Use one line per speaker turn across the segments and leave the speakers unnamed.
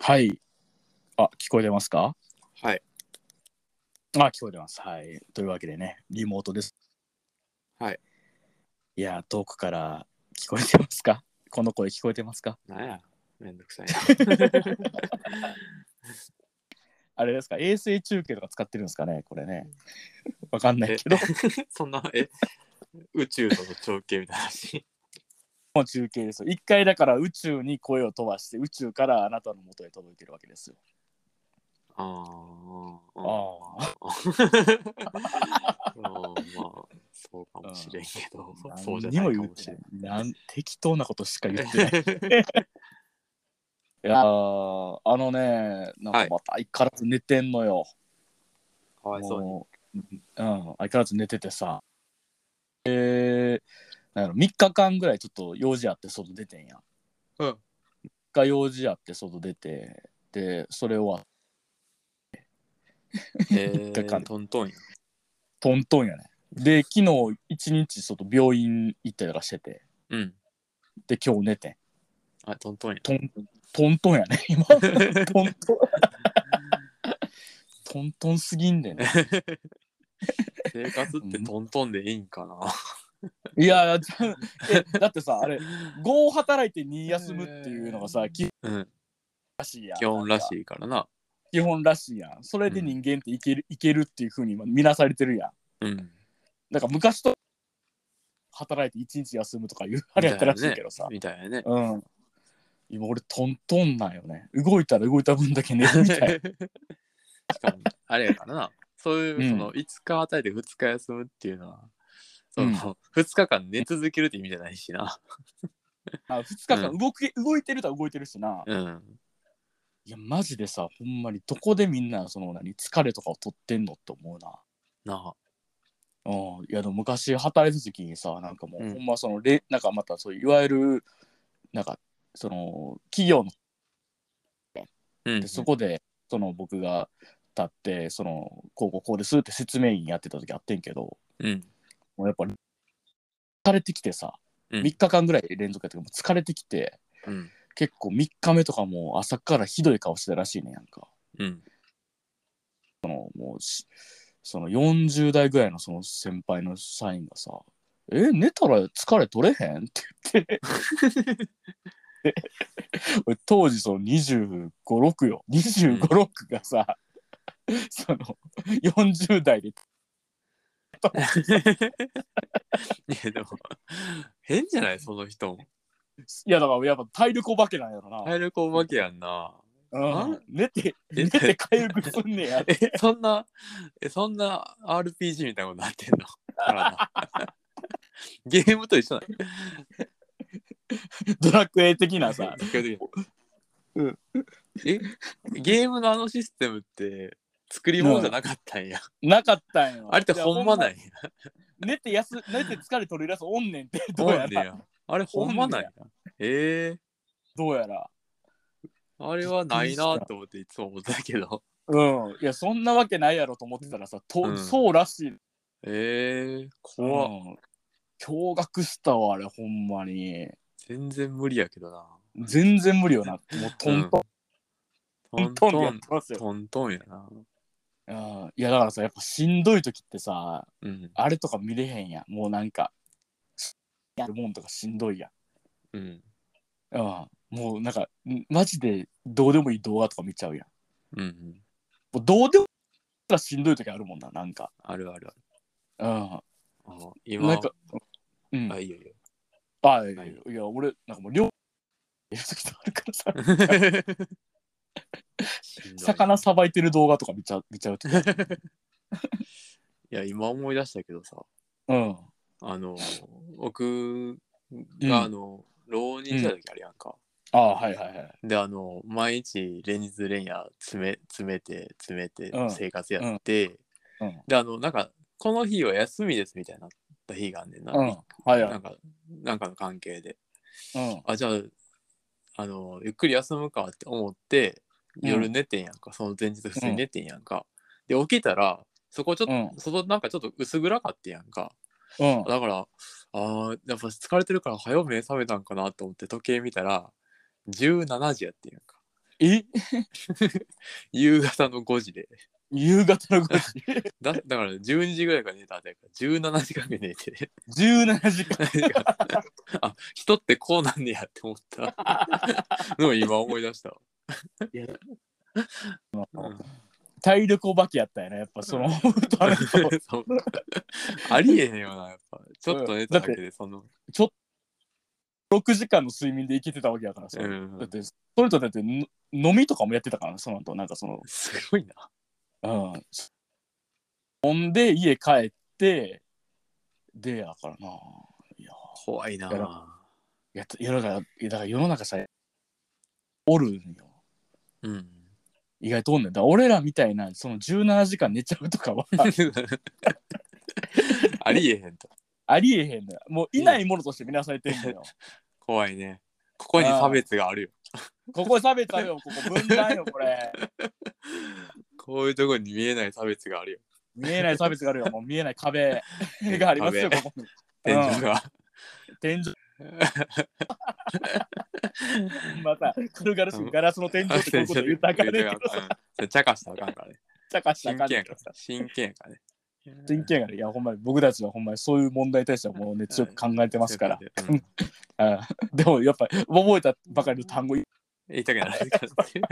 はい。あ、聞こえてますか
はい。
あ、聞こえてます。はい。というわけでね、リモートです。
はい。
いやー、遠くから聞こえてますかこの声聞こえてますか
なんや、めんどくさい
あれですか衛星中継とか使ってるんですかねこれね。わかんないけど、
な。そんな、え、宇宙との長径みたいな話。
もう中継ですよ。一回だから宇宙に声を飛ばして、宇宙からあなたの元へ届いてるわけですよ。
ああ。
ああ。
うんまあ、そうかもしれんけど、そうじゃ
何に
な
も
いか
言っ
もしてれん。
ないなん適当なことしか言って ない。いやーあのね、なん
は
か
い
また相変わらず寝てんのよ。
かわいそうに。
もううん、相変わらず寝ててさ。えー、なんやろ3日間ぐらいちょっと用事あって外出てんや。
うん。
3日用事あって外出て、で、それを
え
一回か
ー、トントンや。
トントンやね。で、昨日一日外病院行ったりとかしてて、
うん。
で、今日寝てん。
あ、トン トンや。
トントントンやね、 今。トントン。トントンすぎんねん。
生活ってトントンでいいんかな。
いや、ちゃうえだってさ、あれ、5働いて2休むっていうのがさ、基本
うん。
らしいやん。
基本らしいからな。
基本らしいやん。それで人間っていける,、いけるっていうふうに今見なされてるやん。
うん。
だから昔と働いて1日休むとかいうあれやったらしいけどさ。
みたいなね。
うん。今俺トントンなんよね。動いたら動いた分だけ寝る みたい な。
しかもあれやからなそういう、
うん
その5日与えて2日休むっていうのはそ
うん
の、2日間寝続けるって意味じゃないしな
あ2日間動き、動いてるとは動いてるしな。
うん
いや、マジでさ、ほんまにどこでみんなその何疲れとかを取ってんのって思うな。
なあ
うん、いやでも昔働いてた時にさなんかもう、
うん
ほんまそのれなんかまたそういういわゆるなんかその企業の
うん
でそこでその僕が立ってそのこうこうこうですって説明員やってた時あってんけど
うん
もうやっぱ疲れてきてさ
うん
3日間ぐらい連続やってもう疲れてきて
うん
結構3日目とかもう朝からひどい顔してたらしいねんやんか
うん
もうしその40代ぐらいのその先輩の社員がさ「え寝たら疲れ取れへん?」って言って 俺当時その2 5六6よ2 5六6がさ、その40代で
いやでも変じゃないその人も
いやだからやっぱ体力お化けなんやろな、
体力お化けやんな
うん
あ
寝て
え
寝て回復すんねや って
えそんなえそんな RPG みたいなことなってん の体 ゲームと一緒なの
ドラクエ的なさ
基本的に
うん
えゲームのあのシステムって作り物じゃなかったんや
なかったんよ
あれってほんまないい
や寝てやす寝て疲れ取れるやつおんねんってど
ほ
うんや
ね
ら
や。あれほんまなんや。ええ
どうやら
あれはないなと思っていつも思ったけど。
うん、いやそんなわけないやろと思ってたらさ、と
うん
そうらしい、うん、
ええ怖っ、
驚愕したわあれほんまに
全然無理やけどな。
全然無理よなってもうトントン、
う
ト
ん
ント
ト
ンでやっ
ン
てます
トン、
よ、
トントンやな。
うん、いやだからさやっぱしんどい時ってさ
うん。
あれとか見れへんやんもうなんかやるもんとかしんどいや
うん。
ん、うん、もうなんかんマジでどうでもいい動画とか見ちゃうやん
うん。
もうどうでもいいからしんどい時あるもんななんか
あるあるある。
うん
あ今
なんかうん、
あ、いいよいいよ。
あいやいやいや俺なんかもう料理やる時とかあるからさ
しんどい
魚さばいてる動画とか見ちゃ見ちゃうとか。
いや、今思い出したけどさ、
うん。
あの、僕
うん
が、あの、浪人した時あるやんか。
ああ、はいはいはい。
であの毎日連日連夜詰め詰めて詰めて
うん
生活やって、
うん
であのなんかこの日は休みですみたいになった日があんねんな、
うん。はいは
ないん。かなんかの関係で
うん。
あじゃああのゆっくり休むかって思って
うん
夜寝てんやんか、その前日普通に寝てんやんか、で起きたらそこちょっと、
う
外なんかちょっと薄暗かってんやんか
うん。
だからあーやっぱ疲れてるから早う目覚めたんかなと思って時計見たら17時やってんやんか
え
夕方の5時で。
夕方の5時
だだから12時ぐらいから寝たあたりから17時間ぐらい寝て。
17時間
あ人ってこうなんねやって思ったのを今思い出したわ。うん
体力お化けやったよねやっぱそのあの人
そうありえへんよな、やっぱ。ちょっと寝ただけで、その。
6時間の睡眠で生きてたわけやからさ、
うん
だってそれとだっての飲みとかもやってたからねその後なんかその
すごいな。
うんほんで家帰ってでやからないや
怖いな
や。やっやだからいやだから世の中さおるんよ
うん。
意外とおんねんだから俺らみたいなその17時間寝ちゃうとかは
ありえへんと。
ありえへんのよもういないものとして見なされてるのよ、
怖いね。ここに差別があるよ。
ここ差別あるよここ分断よこれ
こういうところに見えない差別があるよ。
見えない差別があるよもう見えない壁がありますよ
壁
ここに
天井が。
天井また軽々しくガラスの天井っ てこういうこと言ったらあかんねんけど
うんちゃかしたらあかんからね。
ちゃかした
真
らあかんねん
剣や
け
か
ど
ら。真剣やからね。
真剣やねいやほんまに僕たちはほんまにそういう問題に対してはもうね強く考えてますから
うん。
あでもやっぱり覚えたばかりの単語
言いたくなるからっていう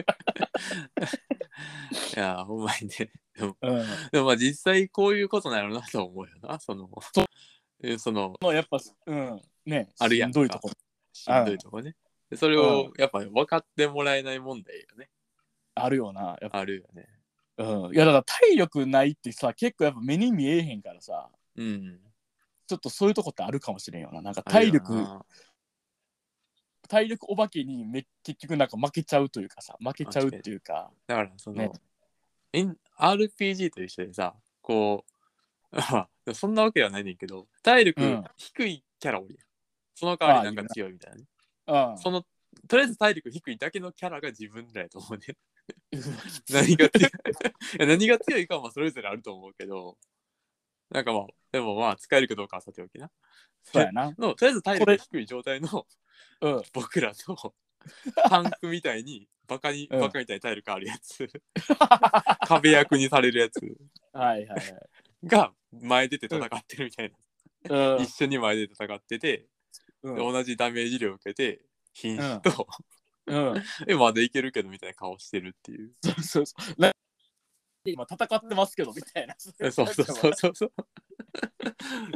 いやー、ほんまにね。
うん
でもまあ実際こういうことなのなと思うよな。その、えその、
のやっぱうんね
あるやんか
どういうとこ
しんどいとこね。でそれをやっぱ分かってもらえない問題よね。
あるよなやっぱ
あるよね。
うんいやだから体力ないってさ結構やっぱ目に見えへんからさ
うん。
ちょっとそういうとこってあるかもしれんよななんか
あ
体
るよ
力
な
体力お化けにめ結局なんか負けちゃうというかさ負けちゃうっていうか
だからその、
ね
イン RPG と一緒でさ、こう、 まあそんなわけではないねんけど、体
う
力
ん
低いキャラおるやん。その代わ
あ
りなん
いる
か
な
強いみたいなね。
うん
その、とりあえず体力低いだけのキャラが自分らやと思うね。 何が強い いや何が強いかはまあそれぞれあると思うけど、なんかまあ、でもまあ使えるかどうかはさておきな。
そうやな
のとりあえず体力低い状態の
うん
僕らのパンクみたいにバカに、
うん
バカみたいに体力あるやつ壁役にされるやつ
はいはいはい
が前出て戦ってるみたいな、一緒に前出て戦ってて、
うん
で同じダメージ量を受けて瀕死と、
うんうん
えまだいけるけどみたいな顔してるっていう
そうそうそうな今戦ってますけどみたいな
えそうそうそうそうそう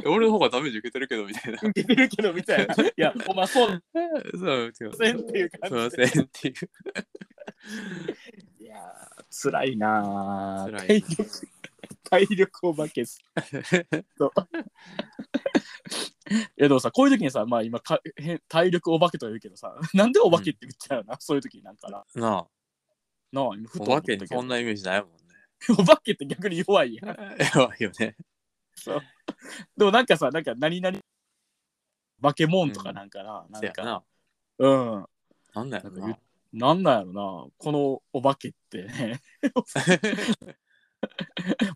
俺の方がダメージ受けてるけどみたいな
受けてるけどみたいな。いや、お前そう
そうすいま
せ
せ
ん
ん
っていう感
すいま
じ
せ
で。
んっていう
いやー、辛いなー
辛いな
体力、 体力を負け す。 といやでもさ、こういう時にさ、まあ今か、へ体力お化けとは言うけどさ、 なんでお化けって言っちゃうな、そういう時になんかな。
なあ
なあ、今ふと
お
思った
化け
け
に
ど
そんなイメージないもんね
お化けって逆に弱いやん。
やばいよね
でもなんかさ、なんか何々、化け物とかなんかな、な
せ
ん
や
か、
な
うん。
なんだよな
なんかなんなんやろな、このお化けってね。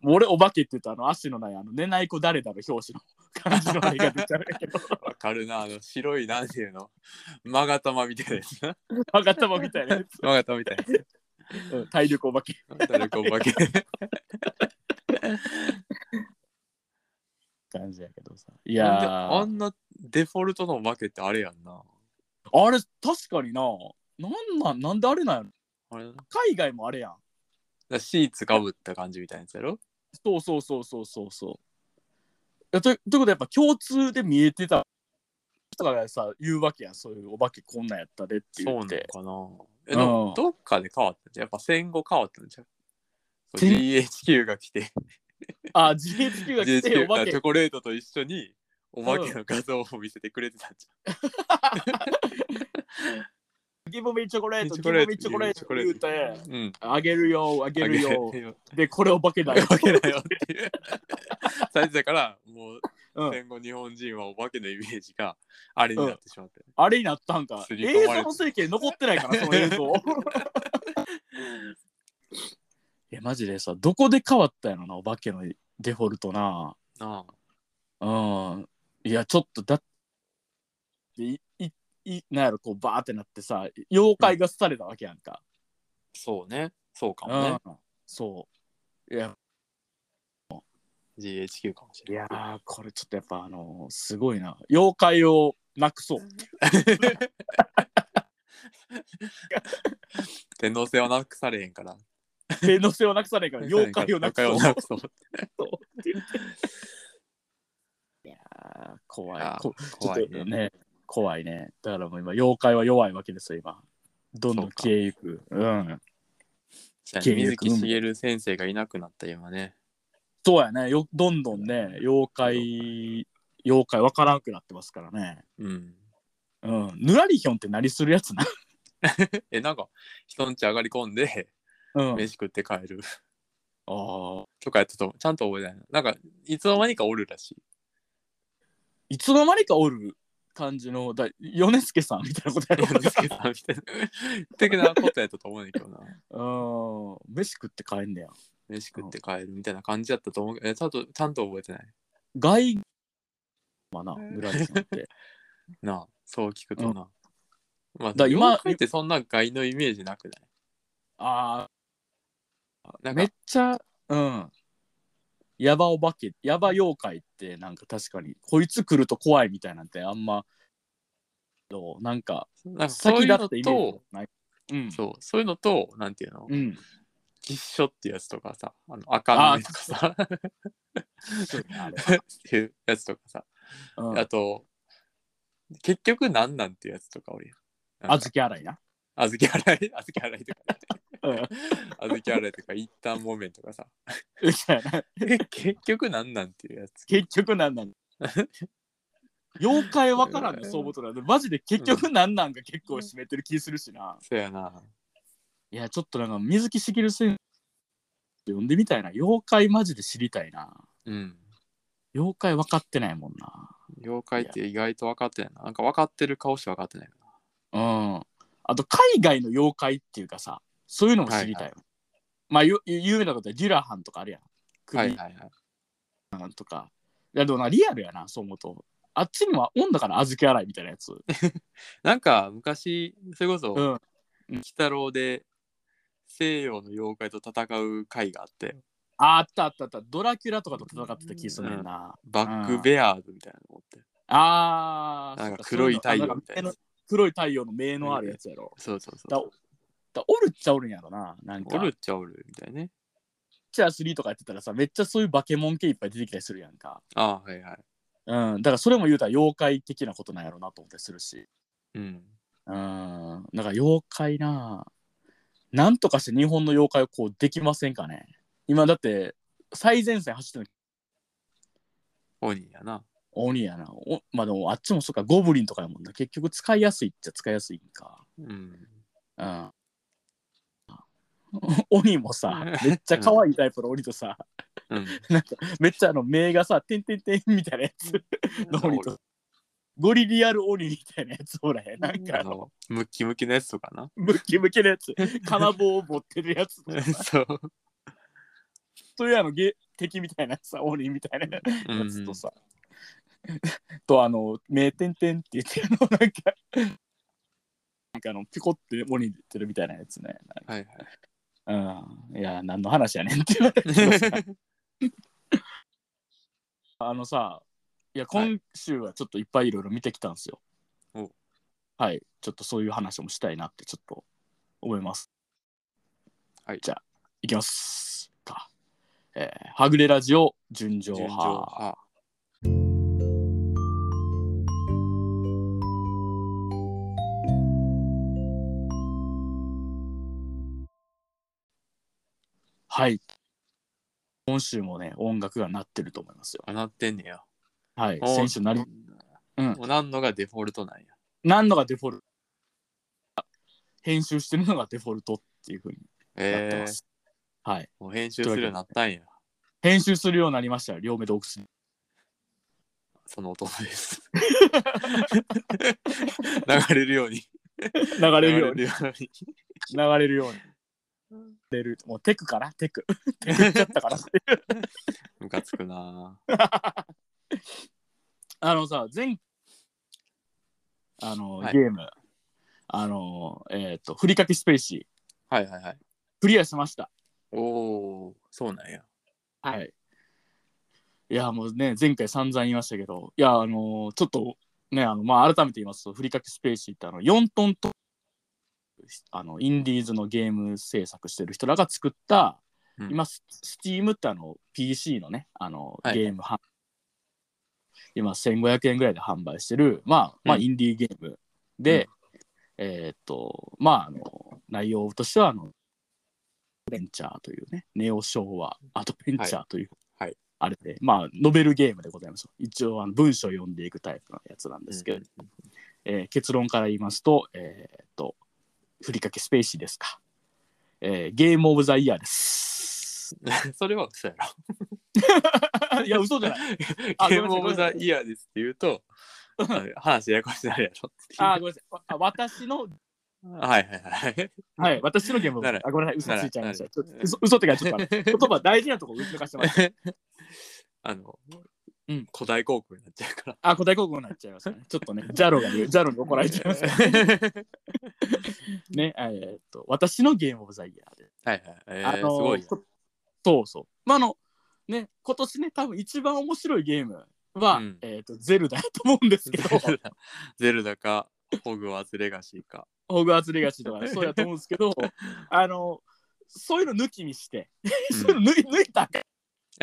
もう俺お化けって言うとあの足のないあの寝ない子誰だろ表紙の感じのあれが出ちゃうんや けど
わかるな、あの白いなんていうの。マガタマみたいなやつ な。
バカ玉みたいなやつ
マガタマみたいなや
うん体力お化け
つ。誰かお化け。
感じやけどさい
い
や
あ
ー
んなデフォルトのお化けってあれやんな。
あれ確かにななんなんなんであれなんやろ
あれだな
海外もあれやん
だシーツかぶった感じみたいなやつやろ
そうそうそうそうそうそういやとということでやっぱ共通で見えてた人がさ言うわけやんそういうお化けこんなんやったでって
そう
言
な
っ
の
て
かな。え、でも
うん
どっかで変わったんじゃんやっぱ戦後変わったんじゃん。そう
戦
GHQ が来て、
あ GHQ が来て
GHQ
お化
がチ
け
ョコレートと一緒にお化けの画像を見せてくれてたんじ
ギブミチョコレ
ゃん。
ートギブミチョコレート言うて
うん。
あげるよあげ
あ
る
げる
よ
よ。
で、これお化け だよ。
お化けだよって いう。最初だから、もう
うん、
戦後日本人はお化けのイメージがあれになってしまって、
あれになったんか。
刷り込
映
まれて
像の整形残ってないから、その映 像。いや、マジでさ、どこで変わったやろな、お化けのデフォルトな。
ああ
うん。いや、ちょっとだって、い、い、いなんやろ、こう、バーってなってさ、妖怪が廃れたわけやんか。
そうね。そうか
う
もね。
ん、そう。いや、
GHQ かもし
い
れ
や
ない。
ーこれちょっとやっぱあのーすごいな。妖怪をなくそう。
天皇制はなくされへんから。
天皇制をなくさないから、妖怪をなくそう。
妖怪をなくそう。
いやー怖い
あ。
こ
ー
ちょっ
怖い
と
ね。
ね、怖いね。だからもう今、妖怪は弱いわけですよ、今。どんどん消えゆく。うん。
そうやね水木しげる先生がいなくなった今ね。
そうやね。よどんどんね、妖怪、妖怪わからんくなってますからね。
うん。
うん。ぬらりひょんって何するやつな。
え、なんか、人んち上がり込んで、
うん。あ
飯食って帰る。
あ。
とかやってたと、ちゃんと覚えてない。なんか、いつの間にかおるらしい。
いつの間にかおる感じの、だ米助さんみたいなことやろ
ヨネ スケさんみたいな。的なことやったと思うねんだけどな。
うん。飯食って帰んねや。
飯食って帰るみたいな感じだったと思うけど、えちゃんと、ちゃんと覚えてない。
外まあな、ぬらりひょんって。
なあ、そう聞くとな。まあ、
だ今
今ってそんな外のイメージなくない
あ
な
あ、
ん
めっ
か、
ちゃ、うん。ヤバお化け、ヤバ妖怪ってなんか確かに、こいつ来ると怖いみたいなんてあんま、どうなんか、
なんかそう
先
いう
立っ
の
てイメージ
と
が、ない。うん。
そう、そういうのと、なんていう の、
うん。
喫書ってやつとかさ、あの赤目とかさ、
そうねあれは
っていうやつとかさ、
うん
あと、結局なんなんっていうやつとか俺。
あずき洗いな。
あずき洗い、あずき洗いとか、
うん。
あずき洗いとか、一旦もめんと かさ、結局なんなんっていうやつ。
結局なんなん妖怪わからんの、そう思うとなんで、マジで結局なんなんが結構占めてる気するしな。
そうやな。
いや、ちょっとなんか水木しげる先生呼んでみたいな。妖怪マジで知りたいな。
うん。
妖怪分かってないもんな。
妖怪って意外と分かってないな。なんか分かってる顔しか分かってないよな。
うん。あと、海外の妖怪っていうかさ、そういうのも知りたいよ。まあ、ゆ有名なことはデュラハンとかあるやん。
はい
首
はいはい。
なんとか。いや、でもな、リアルやな、そう思うと。あっちにはおんだから、小豆洗いみたいなやつ。
なんか昔、それこそ、
う
鬼
ん。
太郎で西洋の妖怪と戦う回があって、
ああったあったあった。ドラキュラとかと戦ってた気するねんな。
バックベアーズみたいなの持って。
ああ。
なんか
そっ
黒い太陽みた
そ
いな
ううのあんか目の黒い太陽の目のあるやつやろ。
そうそう
だ
そう。
だおるっちゃおるんやろな。なんか。
おるっちゃおるみたいなね。
チャー3とかやってたらさ、めっちゃそういうバケモン系いっぱい出てきたりするやんか。
ああ、はいはい。
うん。だからそれも言うたら妖怪的なことなんやろなと思ったりするし。
うん。
うん。だから妖怪なぁなんとかして日本の妖怪をこうできませんかね。今だって最前線走ってるの
鬼やな。
鬼やな。おまあでもあっちもそっか、ゴブリンとかやもんな。結局使いやすいっちゃ使いやすいんか。
うん。
うん。鬼もさ、めっちゃ可愛いタイプの鬼とさ、
うん。
なんかめっちゃあの目がさ、てんてんてんみたいなやつ。の鬼とゴリリアル鬼みたいなやつおらへん。なんか
あ
あの、
の、ムッキムキのやつとかな。
ムキムキのやつ、金棒を持ってるやつ、
そう。
そういうあのゲ敵みたいなさ、鬼みたいなや
うん
つとさ、とあの、名点点って言ってあの、なんか、なんかあの、ピコって鬼出てるみたいなやつね。
はい
うん。いや、何の話やねんって言わ れてさ
はい。
あのさ、いや、今週はちょっといっぱいいろいろ見てきたんですよ。
お
はい、ちょっとそういう話もしたいなってちょっと思います。
はい
じゃあ、いきますか。えーはぐれラジオ純情
純情
派。
派。
はい。今週もね、音楽が鳴ってると思いますよ。
あ、なってんねや。
はい。
お
先週なり、うん
もうなんのがデフォルトなんや。
何のがデフォルト編集してるのがデフォルトっていうふうになってま
えー
す。はい。
もう編集するようになったんや。
編集するようになりましたよ。両目洞窟。
その音 です。 流れるように。
流れるように。
流れるよ
流れるように。出る。もうテクかなテク。 テクっちゃったから。
うに。ムカつくな
あのさ、前、あの、
はい
ゲーム、あの、えっ、と、ふりかけスペーシー。
はいはいはい。
クリアしました。
おお、そうなんや。
はい。いや、もうね、前回散々言いましたけど、いや、あのーちょっとね、あのまあ、改めて言いますと、ふりかけスペーシーってあの4トンとあのインディーズのゲーム制作してる人らが作った、
うん
今、ススチームってあの PC のね、あの
はい
ゲーム販、今1500円ぐらいで販売してる、まあ、まあ、
うん
インディーゲームで、えーっと、まあ、あの、内容としては、あの、アドベンチャーというね、ネオ昭和アドベンチャーという、
はいはい
あれで、まあ、ノベルゲームでございます。一応、あの文章を読んでいくタイプのやつなんですけど、
うん
えー結論から言いますと、えーっと、ふりかけスペーシーですか。えーゲームオブザイヤー です。
それは嘘やろ。
いや、嘘じゃない。あ
ゲームオ
ご
ブザ
めんなさい
イヤーですって言うと、話ややこしになるやろっていう
あー、ごめんなさいわ。あ私の、
はいはいはい。
はい、私のゲームオブザイヤー
な
あ、ごめんなさい。嘘
なら
ついちゃいました。
なら
ちょっと嘘嘘ってか、ちょっとあ の言葉大事なとこ抜かしてました。
あの、
うん
古代航空になっちゃうから。
あ、答え広告になっちゃいます ね。ちょっとね、ジャロが、ジャロに怒られ ちゃいますね。ね、えーっと、私のゲームオブザイヤーで。
はいはい。えー
あの
すごい。
こそうそう。まあ、あの、ね、今年ね、多分一番面白いゲームは、
うん
えーっと、ゼルダやと思うんですけ ど、
ゼルダゼルダか、ホグワーツレガシーか。
ホグワーツレガシーとか、そうやと思うんですけ ど、あの、そういうの抜きにして、
う ん
そういうの抜い抜いたら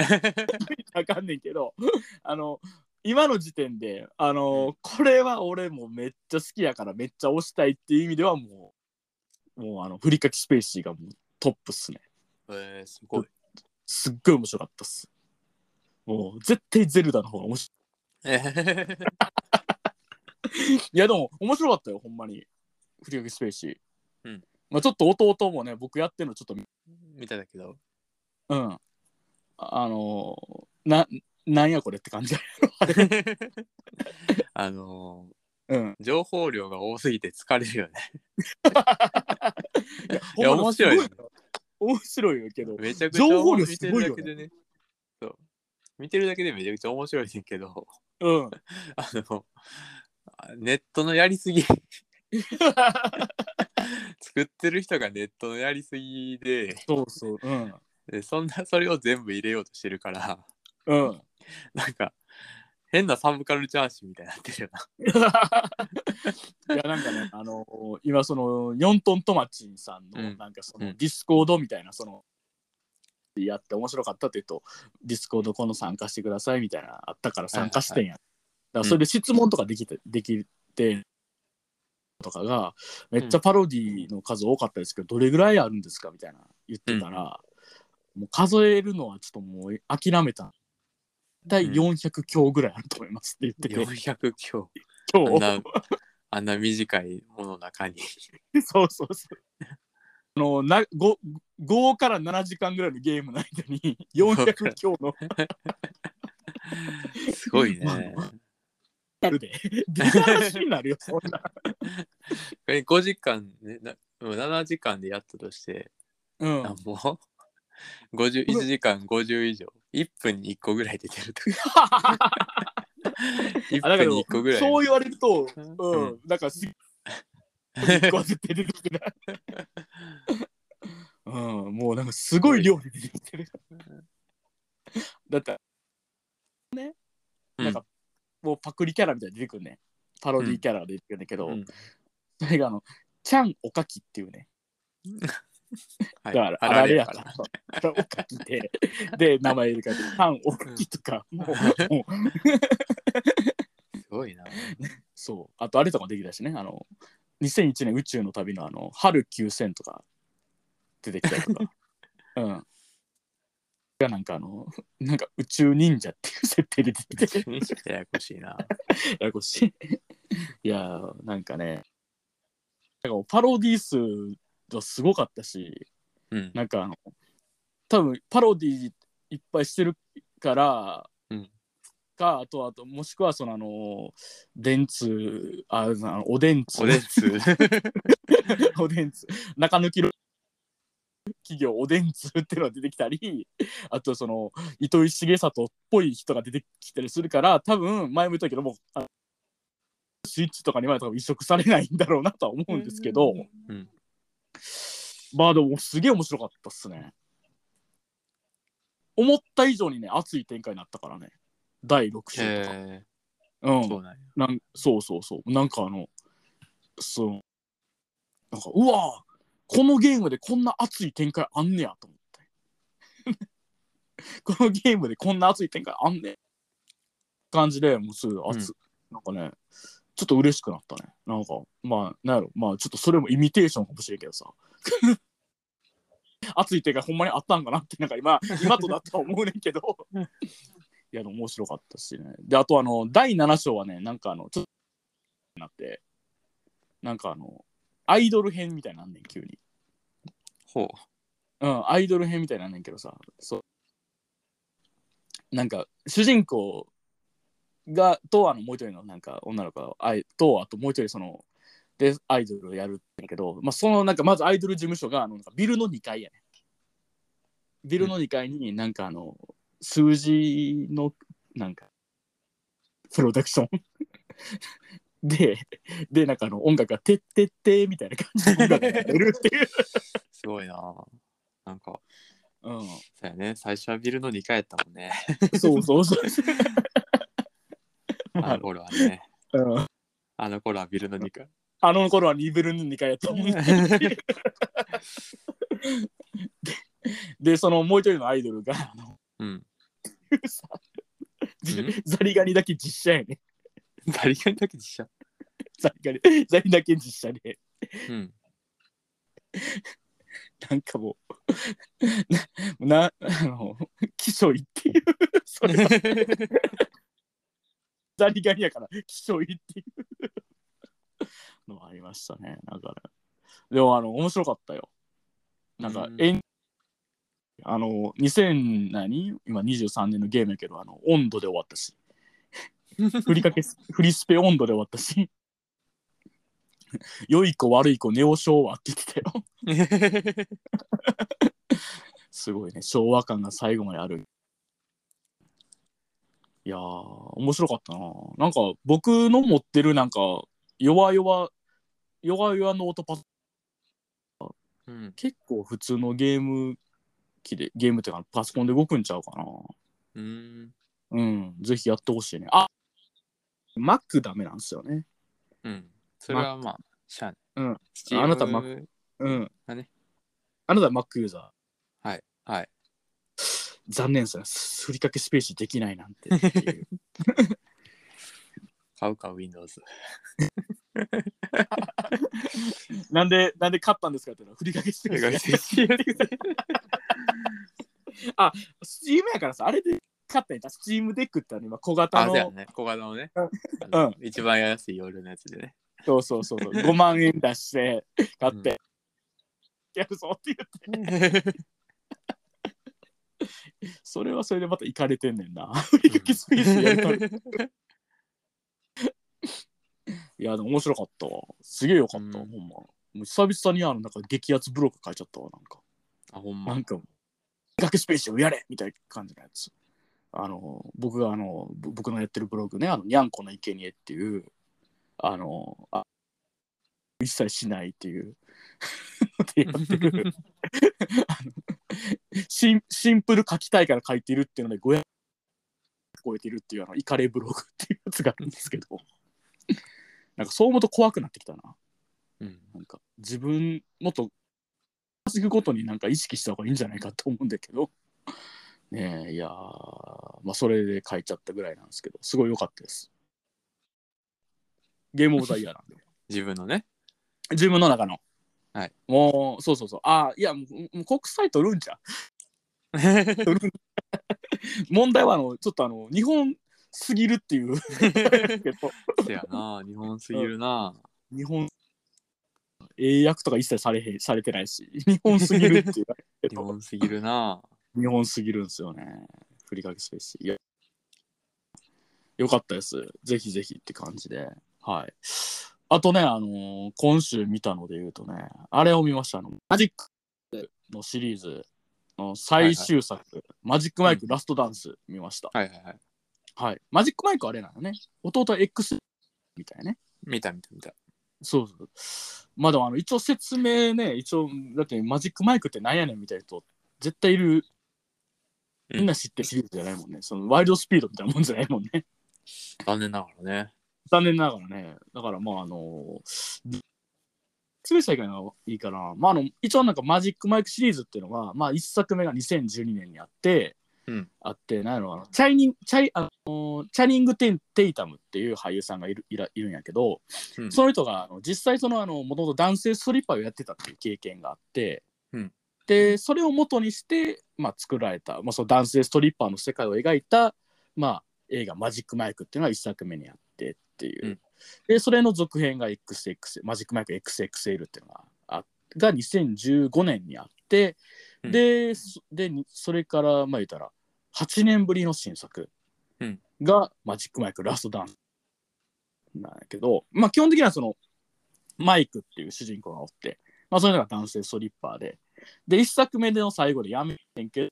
あかん抜いたらあかんねんけど、 あの、今の時点で、あの、これは俺もめっちゃ好きやから、めっちゃ推したいっていう意味では、もう、もう、あの、ふりかけスペーシーがもうトップっすね。
えー、すごい。
すっごい面白かったっす。もう絶対ゼルダの方が面白
えー
い。いやでも面白かったよ、ほんまに。振りかけスペーシー。
うん。
まあちょっと弟もね、僕やってるのちょっと、
みたいだけど。
うん。ああのーな、なんやこれって感じ。
あの
うん。
ー情報量が多すぎて疲れるよね。
いや、
いや面白いよ
すごよ面白いよけど。
めちゃくちゃ
情報量
見
す
て
ご
る
い
だ
よ
けで
ね。
ね。そう。見てるだけでめちゃくちゃ面白いねんけど、
うん。
あの、ネットのやり すぎ、作ってる人がネットのやりすぎで、
そうそう。うん。
でそんな、それを全部入れようとしてるから、
うん。
なんか、変なサブカルチャーシーみたいになってるよな。
いやなんかね、あのー今その4トントマチンさん
う
の
ん
なんかそうの
ん
ディスコードみたいなその、やって面白かったって言うとディスコードこの参加してくださいみたいなあったから参加してんや、だからそれで質問とかできて、できてとかがめっちゃパロディの数多かったですけど、どれぐらいあるんですかみたいな言ってたら、もう数えるのはちょっともう諦めた大体400強ぐらいあると思いますって言ってて、
400強。あ
今
ん
日
な、あんな短いもの の中に。
そうそうそう。あのな 5, 5から7時間ぐらいのゲームの間に400強 の
すごいね。
あるで。ビザ話になるよ、そんな。
え5時間、ね、な7時間でやったとして、
うん
あ。もう50 1時間50以上1分に1個ぐらい出てるとか1
あだけ
分
ど
に1個ぐらい
そう言われると、う
うん
ん、なんかす1個は絶対出てくる。うん、もうなんかすごい量で出てきてる。 だって、
うん
なんかもうパクリキャラみたいに出てくるね。パロディキャラが出てくるんだけど、
うん
それがあの、ちゃんおかきっていうね。
は
だ
い
から、あられやから。おかきで、で、名前入れ替えて、 パンおかきとか、もう、もう
すごいな
そう。あと、あれとかもできたしね、あの、2001年宇宙の旅の、あの、春9000とか、出てきたりと か。うん。が、なんか、あの、なんか、宇宙忍者っていう設定で出て きて、
ややこしいな
ややこしい。いやー、なんかね、なんかもうパロディ数はすごかったし、
うん
なんかあの多分パロディいっぱいしてるから、
うん
かあとあともしくはそのあの電通ああのおでんつ
おでんつ
おでんつ中抜きの企業おでんつっていうのが出てきたりあとその糸井重里っぽい人が出てきたりするから多分前も言ったけどもうあのスイッチとかには多分移植されないんだろうなとは思うんですけど、
うん
まあでもすげえ面白かったっすね。思った以上にね、熱い展開になったからね。第6
へ
章とか。
え
う
ー、
ん
そうなんや。
なん。そうそうそう。なんかあの、その、なんか、うわーこのゲームでこんな熱い展開あんねやと思って。 このゲームでこんな熱い展開あんねや感じでもうすぐ熱、なんかね、ちょっと嬉しくなったね。なんか、まあ、なんやろ、まあ、ちょっとそれもイミテーションかもしれんけどさ。 熱い展開ほんまにあったんかなって、なんか今、今とだったら思うねんけど。いや、でも面白かったしね。で、あと、あの、第7章はね、なんかあの、ちょっと、なって、なんかあの、アイドル編みたいになんねん、急に。
ほう。
うん、アイドル編みたいになんねんけどさ、そう。なんか、主人公が、と、あの、もう一人の、なんか、女の子があいと、あともう一人、その、で、アイドルをやるんだけど、まあ、その、なんか、まずアイドル事務所が、あの、なんかビルの2階やねん。ビルの2階になんか、あの、数字の、なんか、プロダクション で、で、なんかあの音楽がてってってみたいな感じで音楽が出るっていう。
すごいな。なんか、
うん
そうやね。最初はビルの2階やったも んね。
そうそうそう。
あの頃はね。
うん
あの頃はビルの2階。
あの頃はニベルの2回やったもんね。で、そのもう一人のアイドルが、あの
うん。
さじ ザリガニだけ実写やね。
ザリガニだけ実写。
ザリガニ、ザリだけ実写で、
うん。
なんかもう、 な、なあの、気象いっていう、それはザリガニやから、気象いっていうの もありましたね。だから、でも、あの、面白かったよ。なんか、
うん
えん、あの、2000何今23年のゲームやけど、あの、温度で終わった し、ふりかけ、フリスペ温度で終わったし、 良い子悪い子、ネオ昭和って言ってたよ。すごいね、昭和感が最後まである。いやー、面白かったな。なんか、僕の持ってる、なんか、弱々、弱々ノートパソ
うん。
結構普通のゲーム機で、ゲームっていうかパソコンで動くんちゃうかな。
うん。
うん、ぜひやってほしいね。あ Mac ダメなんですよね。
うん。それはまあ、しゃあ
うん
ない。
あなたま
ッ
うん。
だね
あなたは Mac ユーザ
はい。はい。
ー。残念ですね。ふりかけスペースできないなんてっていう。
買うか、Windows。
なんで、なんで買ったんですかって言ったら、ふりかけスペース。スチームやからさ、あれで買ったんや。スチームデックってあの今小型
あ、そうや
の。
ね。小型のね。
うん
あの一番安い夜のやつでね。
そうそうそう そう。5万円出して買って、
う
やるぞって言って。それはそれでまた行かれてんねんな。 ふりかけスペースやるから。いや、でも面白かったわ。すげえよかったわ、
うん
ほんま。もう久々にあの、なんか激アツブロック書いちゃったわ、なんか。
あ、ほん
な
ま
ん。か、学スペースをやれみたいな感じのやつ。あの、僕があの、ぼ僕のやってるブログね、あの、にゃんこの生贄っていう、あの、あ一切しないっていう。でやってる あのシンシンプル書きたいから書いてるっていうので500超えてるっていうあのイカレブログっていうやつがあるんですけどなんかそう思うと怖くなってきたな
うん。
なんか自分もっと稼ぐことになんか意識した方がいいんじゃないかと思うんだけど ねえいやーまあそれで書いちゃったぐらいなんですけどすごい良かったですゲームオブザイヤー なんで
自分のね。
自分の中の
はい
もうそうそうそうあいやもうもう国際取るんじゃん問題はあのちょっとあの日本すぎるっていう けど
せやな、日本すぎるな。
日本英訳とか一切されへんされてないし日本すぎるっていうけ
日
ど
本すぎるな。
日本すぎるんですよね。ふりかけスペース。いやよかったです。ぜひぜひって感じで。はい。あとね、あのー今週見たので言うとね、あれを見ました。あのマジックのシリーズの最終作、マジックマイクラストダンス見ました。
はいはいはい。
はい。マジックマイクあれなのね。弟は X みたいなね。
見た見た見た。
そうそう。まあでもあの一応説明ね、一応、だってマジックマイクってなんやねんみたいな人、絶対いる。みんな知ってるシリーズじゃないもんね。そのワイルドスピードみたいなもんじゃないもんね。
残念ながらね。
残念ながらね。だからまああの、説明したいからいいかな。まああの、一応なんかマジックマイクシリーズっていうのが、まあ一作目が2012年にあって、
うん
あって、なんやろうな、チャイニン、チャイ、あの、チャニングテン・テイタムっていう俳優さんがいる、いら、いるんやけど、
うん
その人があの実際そのあの元々男性ストリッパーをやってたっていう経験があって、
うん
でそれを元にして、まあ、作られた、まあ、その男性ストリッパーの世界を描いた、まあ、映画「マジックマイク」っていうのが一作目にあってっていう、
うん
でそれの続編が XX マジックマイク XXL っていうのがあが2015年にあって
うん
で,そ、でにそれからまあ言ったら8年ぶりの新作
うん
が、マジックマイクラストダンスなんやけど、まあ、基本的にはそのマイクっていう主人公がおって、まあ、それが男性ストリッパーでで1作目での最後でやめてんけど、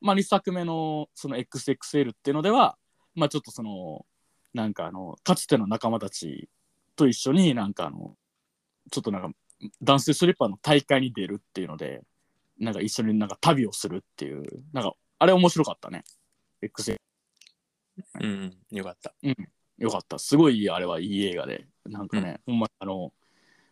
まあ、2作目のその XXL っていうのでは、まあ、ちょっとそのなんかあのかつての仲間たちと一緒になんかあのちょっとなんか男性ストリッパーの大会に出るっていうのでなんか一緒になんか旅をするっていうなんかあれ面白かったね XXL
うん、うん、よかった。
よかった。すごい、あれはいい映画で。なんかね、ほんま、あの、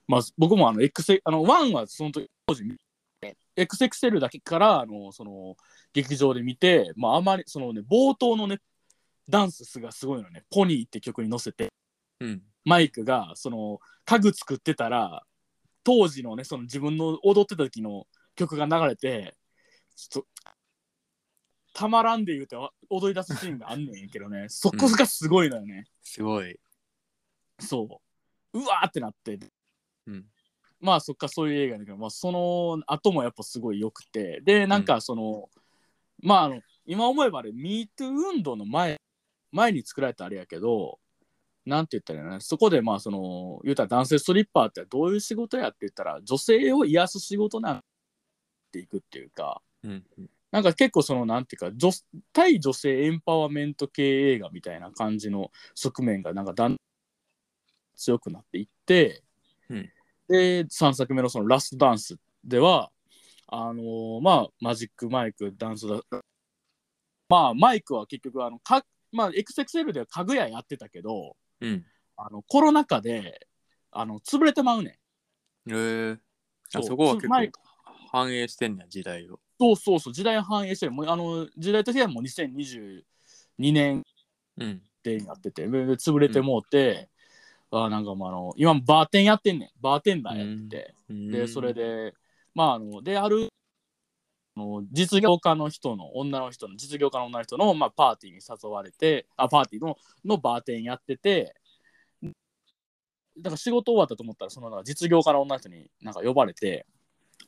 まあ、僕もあの、X、あの、1はその時、当時見て、XXL だけから、あの、その、劇場で見て、まあ、あまり、そのね、冒頭のね、ダンスがすごいのね、ポニーって曲に乗せて、
うん。
マイクが、その、家具作ってたら、当時のね、その自分の踊ってた時の曲が流れて、ちょっと、たまらんで言うて踊り出すシーンがあんねんけどね、そこがすごいのよね。
すごい。
そう。うわーってなって、
うん。
まあそっかそういう映画だけど、まあ、その後もやっぱすごい良くて、で、なんかその、まああの、今思えばあれ、MeToo 運動の前、前に作られたあれやけど、なんて言ったらいいのかなそこでまあその、言うたら男性ストリッパーってどういう仕事やって言ったら、女性を癒す仕事なんていくっていうか、
うん。
なんか結構そのなんていうか女対女性エンパワーメント系映画みたいな感じの側面がなんかだんだん強くなっていって、
うん
で3作目のその「ラストダンス」ではあのーまあマジックマイクダンスだまあマイクは結局あのか、まあ、XXL では家具屋やってたけど
うん。
あのコロナ禍であの潰れてまうねん。
へえ
そう
あそこは結
マイ
構反映してんねや、時代を。
そうそうそう時代を反映してるもうあの時代としてはもう2022年
うん。
ってやってて、で潰れてもうて、あーなんかもうあの今バーテンやってんねんバーテンダーやってて、でそれ。でまああのであるあの実業家の人の女の人の実業家の女の人の、まあ、パーティーに誘われてあパーティーののバーテンやっててだから仕事終わったと思ったらそのなんか実業家の女の人になんか呼ばれて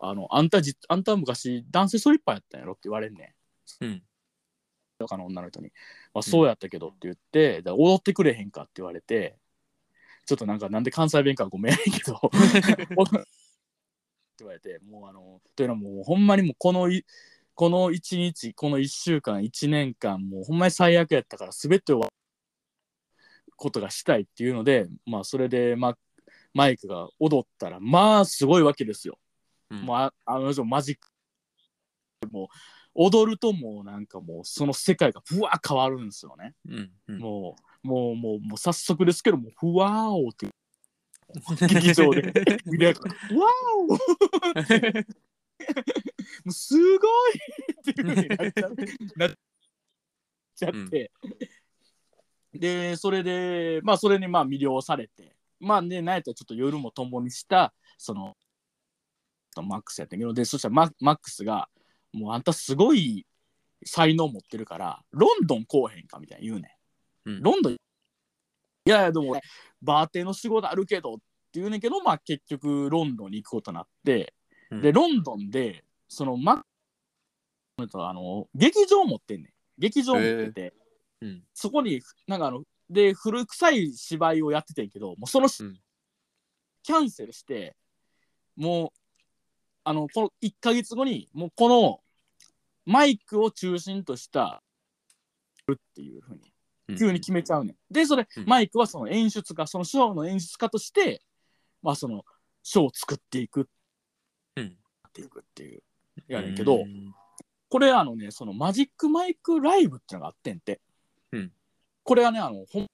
あのあんたじあんた昔男性ストリッパーやったんやろって言われんねん。
うん。
とかの女の人に「まあ、そうやったけど」って言って「だから踊ってくれへんか」って言われてちょっとなんかなんで関西弁かごめんやけ ど おって言われてもうあのというのはもうほんまにもうこのいこの1日この1週間1年間もうほんまに最悪やったから全てをことがしたいっていうのでまあそれで、まあ、マイクが踊ったらまあすごいわけですよ。
うん
もうああの人マジックもう踊るともうなんかもうその世界がふわー変わるんですよね。
うん。うん
もうもうもうもう早速ですけどもうふわーおって劇場 でみん ながうわーおもうすごいっていうふうになっちゃうなっちゃって、でそれでまあそれにまあ魅了されてまあねなんやったらちょっと夜も共にしたそのマックスやったけどでそしたらママックスが「もうあんたすごい才能持ってるからロンドン来おへんか」みたいな言うねん、
うん
ロンドンいやいやでも俺バーテンの仕事あるけどって言うねんけどまあ結局ロンドンに行くことになって、
うん
でロンドンでそのマックスあの劇場持ってんねん劇場持ってて、
うん。
そこになんかあので古臭い芝居をやっててんけどもうその、
うん
キャンセルしてもうあのこの1ヶ月後にもうこのマイクを中心としたっていうふうに
うん
急に決めちゃうねん。でそれ、
うん
マイクはその演出家そのショーの演出家としてまあその書を作っていくっ
うん。
ていくっていうやねんけど、
うん
これあのねそのマジックマイクライブっていうのがあってんて、
うん
これはねあのほんや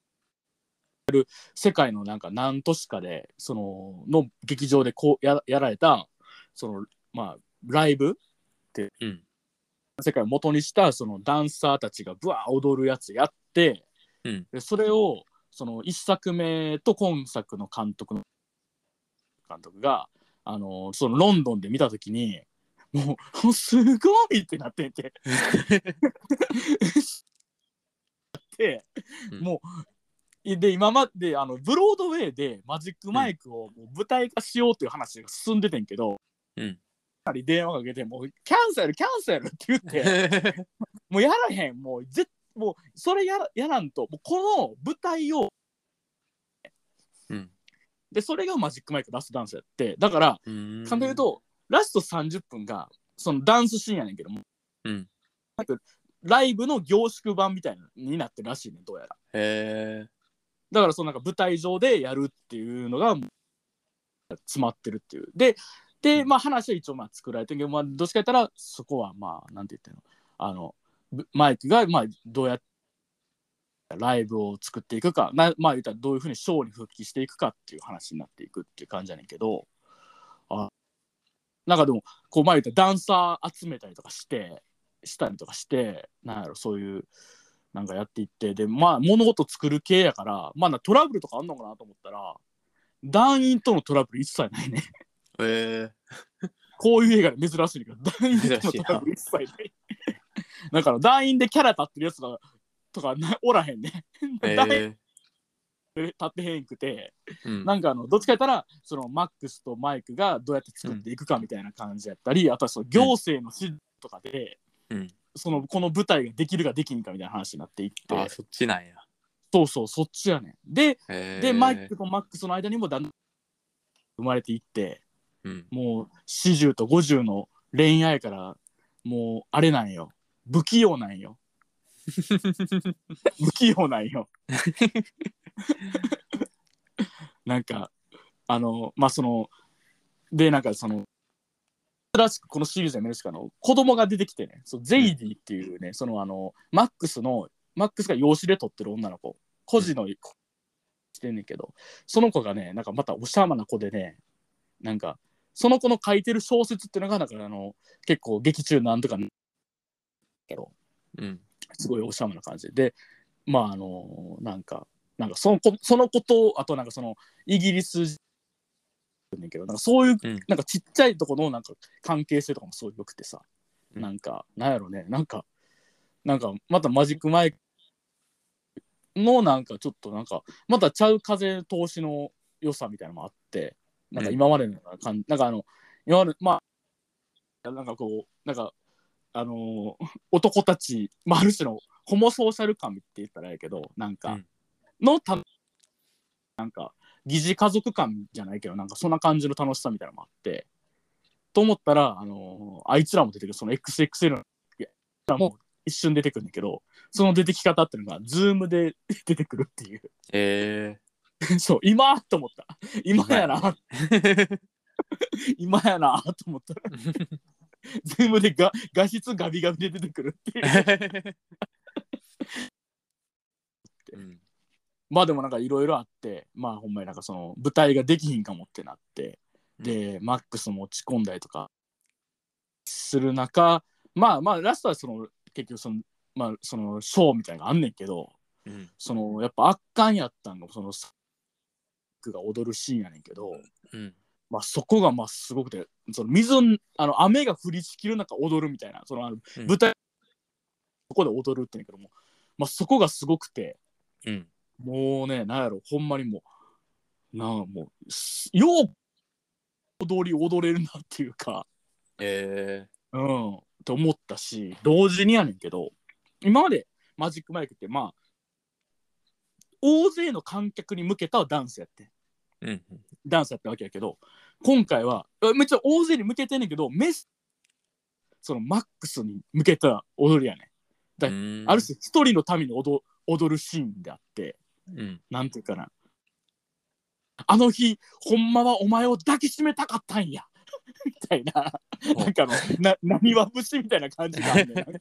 る世界のなんか何都市かでそのの劇場でこうややられたそのまあライブって、
うん
世界を元にしたそのダンサーたちがブワー踊るやつやって、
うん
でそれをその1作目と今作の監督の監督があのそのロンドンで見た時に、もう、 もうすごいってなってんて。 で、
うん
もう、で、今まで、あの、ブロードウェイでマジックマイクをもう舞台化しようっていう話が進んでてんけど、
うん
やっぱり電話かけて、もう、キャンセル、キャンセルって言って、もうやらへん、もう、ぜもう、それやらやらんと、もうこの舞台を、
うん
で、それがマジックマイクラストダンスやって、だから、
うん
簡単に言うと、ラスト30分がそのダンスシーンやねんけども、
うん
なんかライブの凝縮版みたいなになってるらしいねんどうやら
へえ。
だからそのなんか舞台上でやるっていうのがもう詰まってるっていうでで、まあ、話は一応まあ作られてるけど、まあ、どっちか言ったらそこはまあなんて言ってんのあのぶマイクがまあどうやってライブを作っていくかなまあ言ったらどういうふうにショーに復帰していくかっていう話になっていくっていう感じやねんけどあなんかでもこう前言ったらダンサー集めたりとかしてしたりとかしてなんやろそういうなんかやっていってでまあ物事作る系やからまあなトラブルとかあんのかなと思ったら団員とのトラブル一切ないね
へえ。
こういう映画で珍しいけど団員とのトラブル一切ないだから団員でキャラ立ってるやつがとかなおらへんね
へ
団員
え。
で立ってへんくて
うん
なんかあのどっちかやったらそのマックスとマイクがどうやって作っていくかみたいな感じやったり、あとはその行政の指導とかで、
うん
そのこの舞台ができるかできんかみたいな話になっていって
あ、そっちなんや。
そうそうそっちやねんで
へえ。
で、マイクとマックスの間にもだんだん生まれていって、
うん。
もう40と50の恋愛から、もうあれなんよ。不器用なん よ。不器用なんよ。なんか、あの、まあ、その、で、なんかその、新しくこのシリーズで見るしかの子供が出てきてね、そうゼイディっていうね、そのあの、マックスの、マックスが養子で撮ってる女の子、孤児の、してんねんけど、その子がね、なんかまたおしゃまな子でね、なんか、その子の書いてる小説っていうのが、なんかあの、結構劇中なんとか、けど、
うん。
すごいおしゃまな感じで、まああの、なんか、なんかその子その子と、あとなんかその、イギリス人やねんけど、なんかそういう、
うん
なんかちっちゃいとこのなんか関係性とかもすごい良くてさ、
うん
なんか、なんやろね、なんか、なんかまたマジックマイクのなんかちょっとなんか、またちゃう風通しの良さみたいなのもあって、なんか今までの感じ、なんかあの、今まで、まあ、なんかこう、なんか、あのー男たち、まあ、ある種のホモソーシャル感って言ったらあれやけど、なんか、
うん
のた、なんか、疑似家族感じゃないけど、なんかそんな感じの楽しさみたいなのもあって、と思ったら、あのーあいつらも出てくる、その XXL の、いやもう一瞬出てくるんだけど、その出てき方っていうのが、ズームで 出てくるっていう。
へ
そう、今と思った。今やな、
え。
今やなと思った。 ズームでが画質ガビガビで出てくるっていう。
うん
まあでもなんかいろいろあって、まあほんまになんかその舞台ができひんかもってなって、で、マックスも落ち込んだりとかする中、まあまあラストはその結局その、まあそのショーみたいなのがあんねんけど、
うん。
そのやっぱ圧巻やったんが、そのサックが踊るシーンやねんけど、
うん。
まあそこがまあすごくて、その水の、あの雨が降りしきる中踊るみたいな、そのあの
うん
舞台、そこで踊るってんやけども、まあそこがすごくて、
うん。
もうね、なんやろ、ほんまにもう、なあ、もう、すよう踊り踊れるなっていうか、
へえ。
うん、と思ったし、同時にやねんけど、今までマジックマイクって、まあ、大勢の観客に向けたダンスやってん、
うん。
ダンスやったわけやけど、今回は、えめっちゃ大勢に向けてんねんけど、メッセそのマックスに向けた踊りやねだ
うん
ん。ある種、一人のために踊踊るシーンであって、
うん。
なんていうかな、あの日、ほんまはお前を抱きしめたかったんや。 みたいな、なんかの、な、波は節みたいな感じがあんねんなんか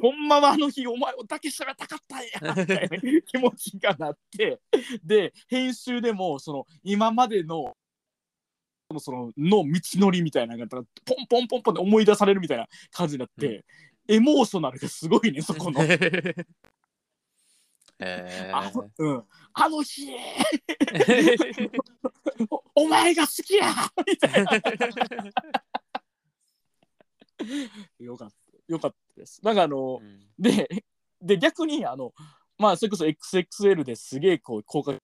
ほんまはあの日、お前を抱きしめたかったん や。みたいな気持ちがなって、で、編集でも、その、今までの、その、の道のりみたいなのが、ポンポンポンポンで思い出されるみたいな感じになって、エモーショナルがすごいね、そこの。
え
あのうん、あの日おお前が好きやみたいな。よかった。よかったです。なんかあの、で、で、逆に、あの、まあ、それこそ XXL ですげえ、こう、効果が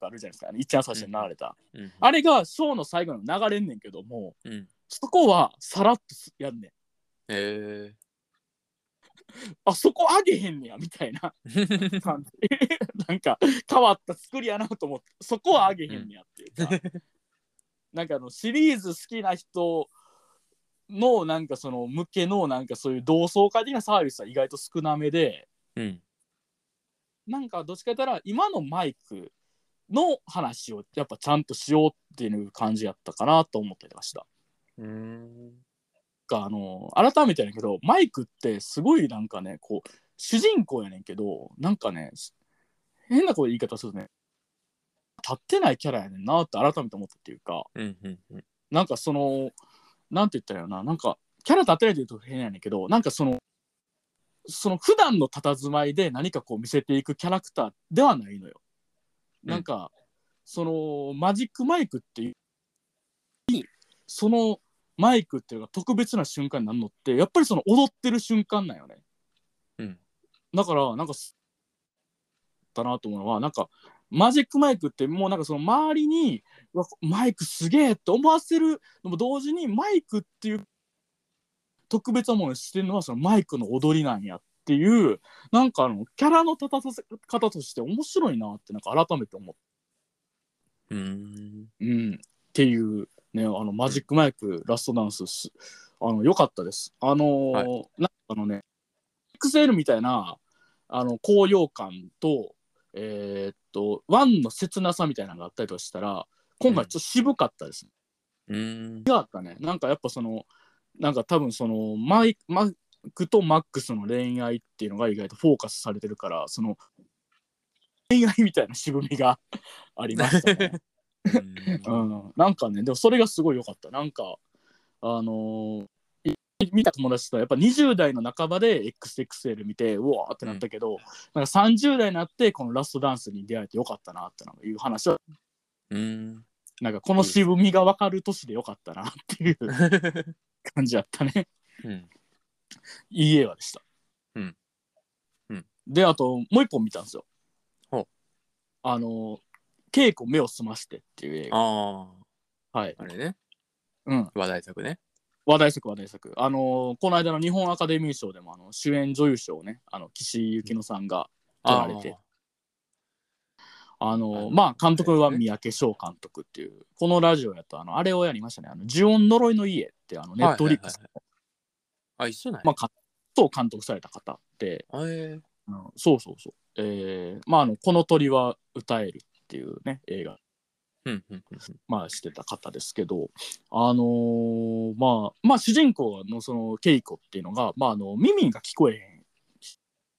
あるじゃないですか。あのいっちゃん最初に流れた。あれが、ショーの最後に流れんねんけども、
うん
そこは、さらっとやんねん。
え
あ、そこ上げへんねや、みたいな。感じ なんか変わった作りやなと思ってそこはあげへんねやっていうか、なんかあのシリーズ好きな人のなんかその向けのなんかそういう同窓会的なサービスは意外と少なめで
うん
なんかどっちか言ったら今のマイクの話をやっぱちゃんとしようっていう感じやったかなと思ってました。
うん
があの改めてやけどマイクってすごいなんかねこう主人公やねんけどなんかねし変なこう言い方するとね立ってないキャラやねんなって改めて思ったっていうか
うんうん
なんかそのなんて言ったらいいのかななんかキャラ立ってないというと変やねんけどなんかそのその普段の佇まいで何かこう見せていくキャラクターではないのよ。
うん
なんか、そのマジックマイクっていうそのマイクっていうのが特別な瞬間になるのってやっぱりその踊ってる瞬間なんよね。
うん
だからなんかすだなと思うのはなんかマジックマイクってもうなんかその周りにうわマイクすげえって思わせるのも同時にマイクっていう特別なものにしてるのはそのマイクの踊りなんやっていうなんかあのキャラの立たせ方として面白いなってなんか改めて思っ
うん
うん、っていうねあのマジックマイク、ラストダンスすあの良かったですあのー
は
なんかあのね XL みたいなあの高揚感とえーっとワンの切なさみたいなのがあったりとかしたら今回ちょっと渋かったです、
うん
違ったねなんかやっぱそのなんか多分そのマイマックとマックスの恋愛っていうのが意外とフォーカスされてるからその恋愛みたいな渋みが ありましたね うん、なんかねでもそれがすごい良かったなんかあのーい見た友達とやっぱ20代の半ばで XXL 見てうわーってなったけど、なんか30代になってこのラストダンスに出会えてよかったなってなんかいう話は
うん
なんかこの渋みが分かる年でよかったなっていう感じだったね
うん
いい映画でした。
うんうん
であともう一本見たんですよ。
ほう
あの「稽古目を澄まして」っていう映画。
あ
はい
ああれね
うん、
話題作ね
話題作話題作あのーこの間の日本アカデミー賞でもあの主演女優賞をねあの岸井ゆきのさんが取られてあのー
あの
まあ監督は
ね
三宅翔監督っていうこのラジオやとあのあれをやりましたね「あの呪音呪いの家」ってあのネットフリックス
あ一緒なん
まあかと監督された方で、
あえ
うんそうそうそうえーまああの「この鳥は歌える」っていうね映画
うんうん
まあ、してた方ですけど、あのーまあ、まあ主人公のそのケイコっていうのが、まあ、あの耳が聞こえへん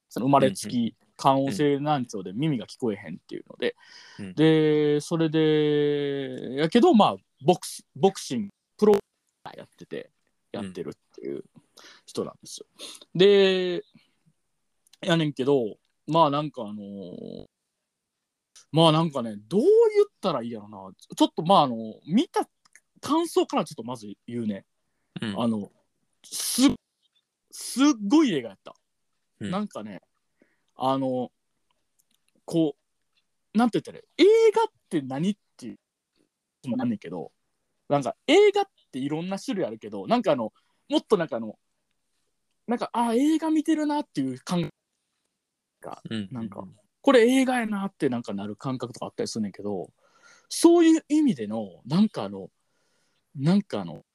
その生まれつき感音性難聴で耳が聞こえへんっていうので、
うん
でそれでやけど、まあ、ボクシボクシングプロやっててやってるっていう人なんですよ。でやねんけどまあなんかあのーまあなんかねどう言ったらいいやろなちょっとまああの見た感想からちょっとまず言うね
うん
あのすすっごい映画やった、
うん
なんかねあのこうなんて言ったらいい映画って何っていうのもなんねんけどなんか映画っていろんな種類あるけどなんかあのもっとなんかあのなんかあ映画見てるなっていう感覚
うん
なんかこれ映画やなってなんかなる感覚とかあったりするねんけどそういう意味でのなんかあのなんかあの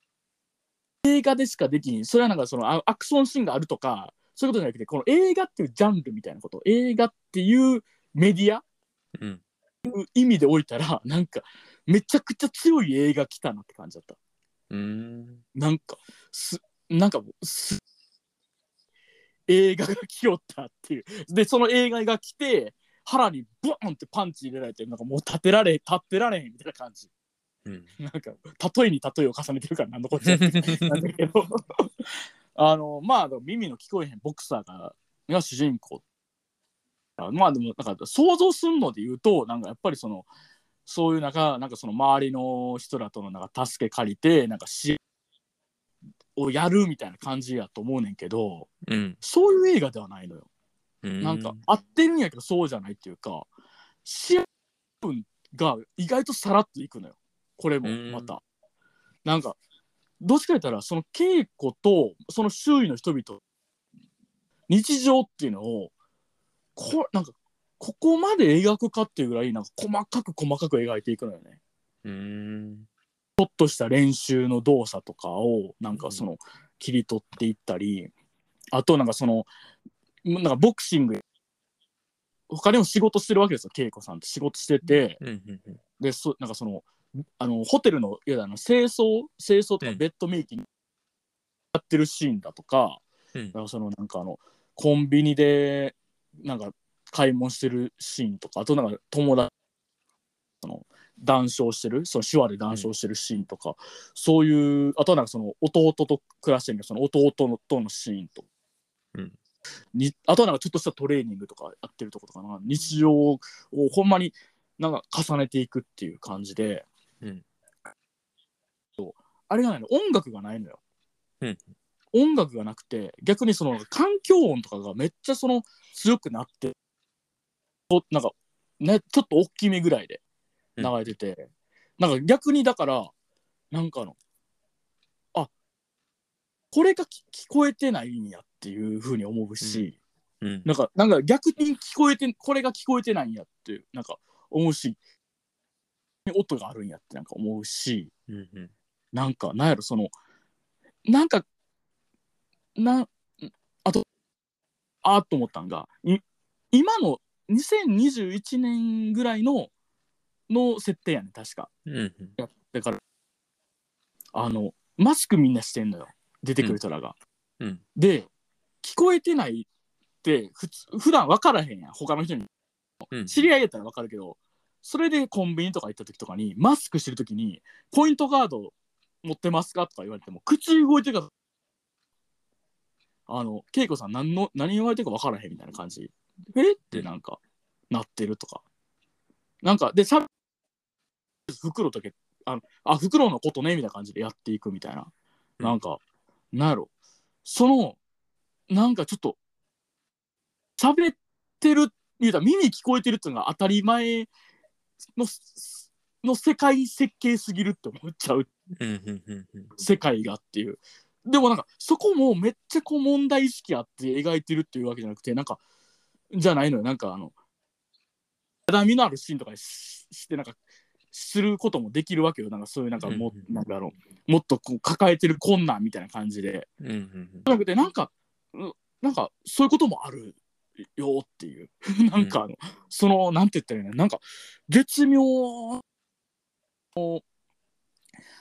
映画でしかできんそれはなんかそのあアクションシーンがあるとかそういうことじゃなくてこの映画っていうジャンルみたいなこと映画っていうメディア
うん
意味で置いたらなんかめちゃくちゃ強い映画来たなって感じだった
うん。
なんかすなんかもうす映画が来よったっていうでその映画が来て腹にボーンってパンチ入れられてなんかもう立てられ立ってられへんみたいな感じ
うん。
なんか例えに例えを重ねてるからなんのこっちゃなんだけど あのまあでも耳の聞こえへんボクサーがが主人公あまあでもなんか想像するので言うとなんかやっぱりそのそういう中なんかその周りの人らとのなんか助け借りてなんかしをやるみたいな感じやと思うねんけど
うん。
そういう映画ではないのよ。
うん
なんか合ってるんやけどそうじゃないっていうか試合分が意外とさらっといくのよこれもまた。なんかどっちか言ったらその稽古とその周囲の人々日常っていうのをこなんかここまで描くかっていうぐらいなんか細かく細かく描いていくのよね。
うん。
ちょっとした練習の動作とかをなんかその切り取っていったり、あとなんかそのなんかボクシング他にも仕事してるわけですよ恵子さんって仕事してて、
うん。うん。
でそなんかそのあのホテルのいやあの清掃清掃とか
うん
ベッドメイキングやってるシーンだとか,、
うん
なんかそのなんかあのコンビニでなんか買い物してるシーンとかあとなんか友達その談笑してるその手話で談笑してるシーンとか、そういうあとはなんかその弟と暮らしてるけどその弟のとのシーンと、
うん
にあとはなんかちょっとしたトレーニングとかやってるとことかな日常をほんまになんか重ねていくっていう感じで、
うん
そうあれがないの音楽がないのよ、
うん
音楽がなくて逆にその環境音とかがめっちゃその強くなっておなんか、ね、ちょっと大きめぐらいで流れてて、なんか逆にだからなんかあのあこれがき聞こえてないんやっていうふうに思うし、
うん。
なんか、なんか逆に聞こえて、これが聞こえてないんやって、なんか思うし、音があるんやってなんか思うし、
うん。うん。
なんか、なんやろ、その、なんか、なん、あと、あーっと思ったんが、い今の2021年ぐらいの、の設定やね、確か。
うん。
だから、あの、マスクみんなしてんのよ、出てくる人らが。
うん。
で聞こえてないって普通普段分からへんやん他の人に
うん。
知り合いやったら分かるけどそれでコンビニとか行った時とかにマスクしてる時に「ポイントガード持ってますか?」とか言われても口動いてるからあの恵子さん何の何言われてるか分からへんみたいな感じえってなんかなってるとかなんかでしゃべ袋とけあのあ袋のことねみたいな感じでやっていくみたいななんかなんやろそのなんかちょっと喋ってる言うたら耳聞こえてるっていうのが当たり前のすの世界設計すぎるって思っちゃう
うん。うん。うん。うん。
世界がっていうでもなんかそこもめっちゃこう問題意識あって描いてるっていうわけじゃなくてなんかじゃないのよなんかあの畳のあるシーンとかにししてなんかすることもできるわけよなんかそういうなんかも,、
うんうん
なんかあのもっとこう抱えてる困難みたいな感じで
うん。うん。
じゃなくてなんかうなんかそういうこともあるよっていう なんかあの、そのなんて言ったらいいのなんか絶妙の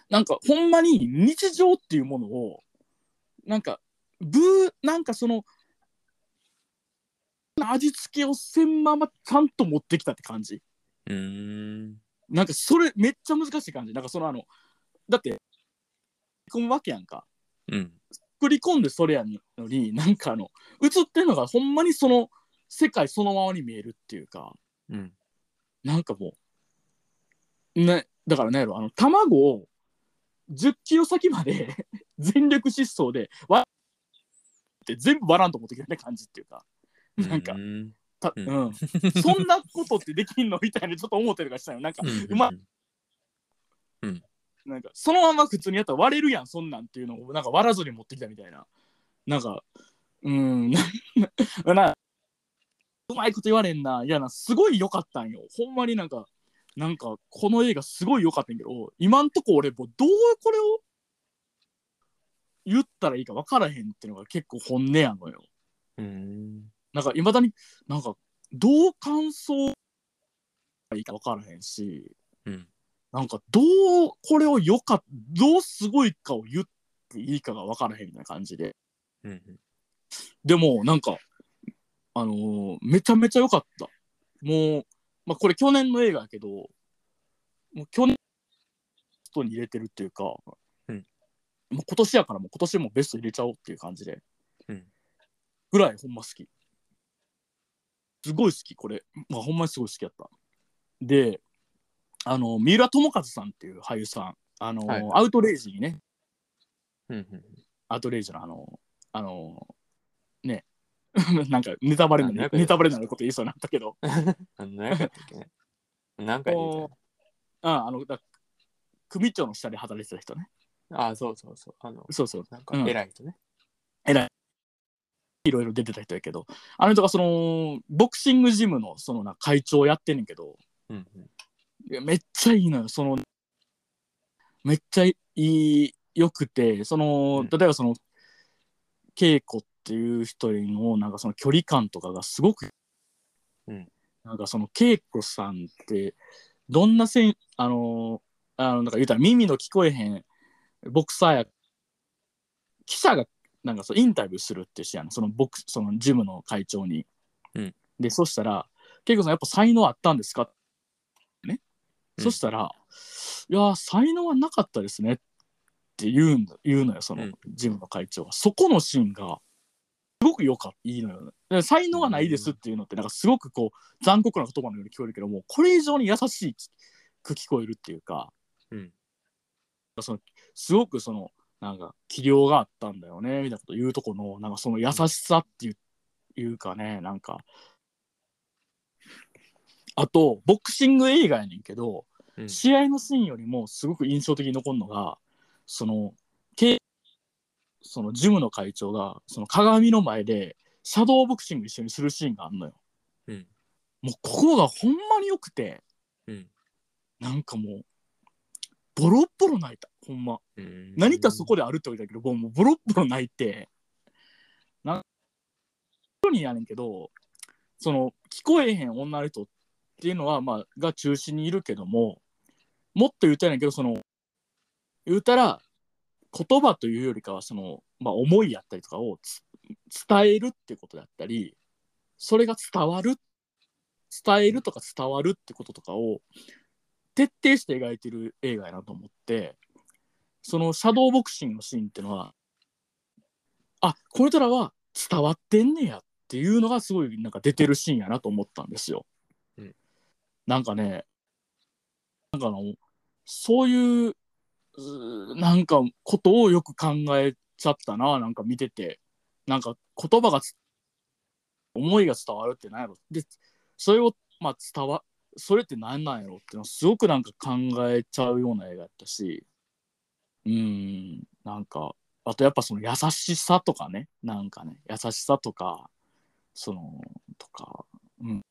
なんかほんまに日常っていうものをなんかブーなんかその味付けをせんままちゃんと持ってきたって感じ
うん。
なんかそれめっちゃ難しい感じなんかそのあのだって込むわけやんか
うん。
作り込んでそれやのになんかあの映ってるのがほんまにその世界そのままに見えるっていうか
うん。
なんかもうねだからなんやろあの卵を10キロ先まで 全力疾走でわって全部バランと持ってきたね感じっていうか なんか
うん。
た、
う
うんんそんなことってできんのみたいなちょっと思ってるからしたよなんかうまなんかそのまま普通にやったら割れるやんそんなんっていうのをなんか割らずに持ってきたみたいななんかうーん ななうまいこと言われんないやなすごい良かったんよほんまになんかなんかこの映画すごい良かったんやけど今んとこ俺もうどうこれを言ったらいいか分からへんっていうのが結構本音やのよ
うん。
なんかいまだになんかどう感想いいか分からへんし、
うん
なんかどうこれをよかどうすごいかを言っていいかが分からへんみたいな感じで
うんうん。
でもなんかあのーめちゃめちゃ良かったもう、まあ、これ去年の映画やけどもう去年ベストに入れてるっていうか、
うん
もう今年やからもう今年もベスト入れちゃおうっていう感じで、
うん
ぐらいほんま好きすごい好きこれ、まあ、ほんまにすごい好きやったであの三浦友和さんっていう俳優さんあのー
はい
アウトレイジにね
うんうん
アウトレイジのあの、あの、ね、 なんかネタバレ
あな
なん
か
ネタバレなこと言いそうになったけ ど、
あの何やったっけね何回言う
ああの、だ組長の下で働いてた人ね。
たああ、そうそうそう。あの、
そうそう。
なんか偉い人ね。
いろいろ出てた人やけど、あの人がその、ボクシングジムのそのな会長やってんねんけど、
うんうん。
いやめっちゃいいのよ、その、めっちゃいい、よくて、その、
うん
例えばその、稽古っていう人の、なんかその距離感とかがすごく、
うん
なんかその稽古さんって、どんなせん、あの、あのなんか言うたら耳の聞こえへん、ボクサーや、記者が、なんかそうインタビューするってしやん、そのボク、そのジムの会長に。
うん
で、そしたら、稽古さんやっぱ才能あったんですかね。
うん
そしたら、いやー、才能はなかったですねって言うんだ言うのよ、そうの
ん
ジムの会長は。そこのシーンが、すごく良かった、いいのよ。だから才能がないですっていうのって、なんかすごくこう、残酷な言葉のように聞こえるけども、これ以上に優しいく聞こえるっていうか、
うん
そのすごくその、なんか、器量があったんだよね、みたいなこと言うとこの、なんかその優しさっていう,、いうかね、なんか、あと、ボクシング映画やねんけど、
うん
試合のシーンよりもすごく印象的に残るのがそのけそのジムの会長がその鏡の前でシャドーボクシング一緒にするシーンがあるのよ。
うん
もうここがほんまによくて
うん
なんかもうボロッボロ泣いたほんま
うん
何かそこであるってわけだけどもうボロッボロ泣いてなん人にやねんけどその聞こえへん女の人っていうのは、まあ、が中心にいるけどももっと言うたらやけどその言うたら言葉というよりかはその、まあ、思いやったりとかをつ伝えるっていうことだったりそれが伝わる伝えるとか伝わるってこととかを徹底して描いてる映画やなと思ってそのシャドーボクシングのシーンっていうのはあこれたらは伝わってんねやっていうのがすごいなんか出てるシーンやなと思ったんですよ。
うん
なんかねなんかあのそういううーなんかことをよく考えちゃったななんか見ててなんか言葉がつ思いが伝わるってなんやろでそれをまあ伝わそれって何なんやろっていうのをすごくなんか考えちゃうような映画やったしうーんなんかあとやっぱその優しさとかねなんかね優しさとかそのとかうん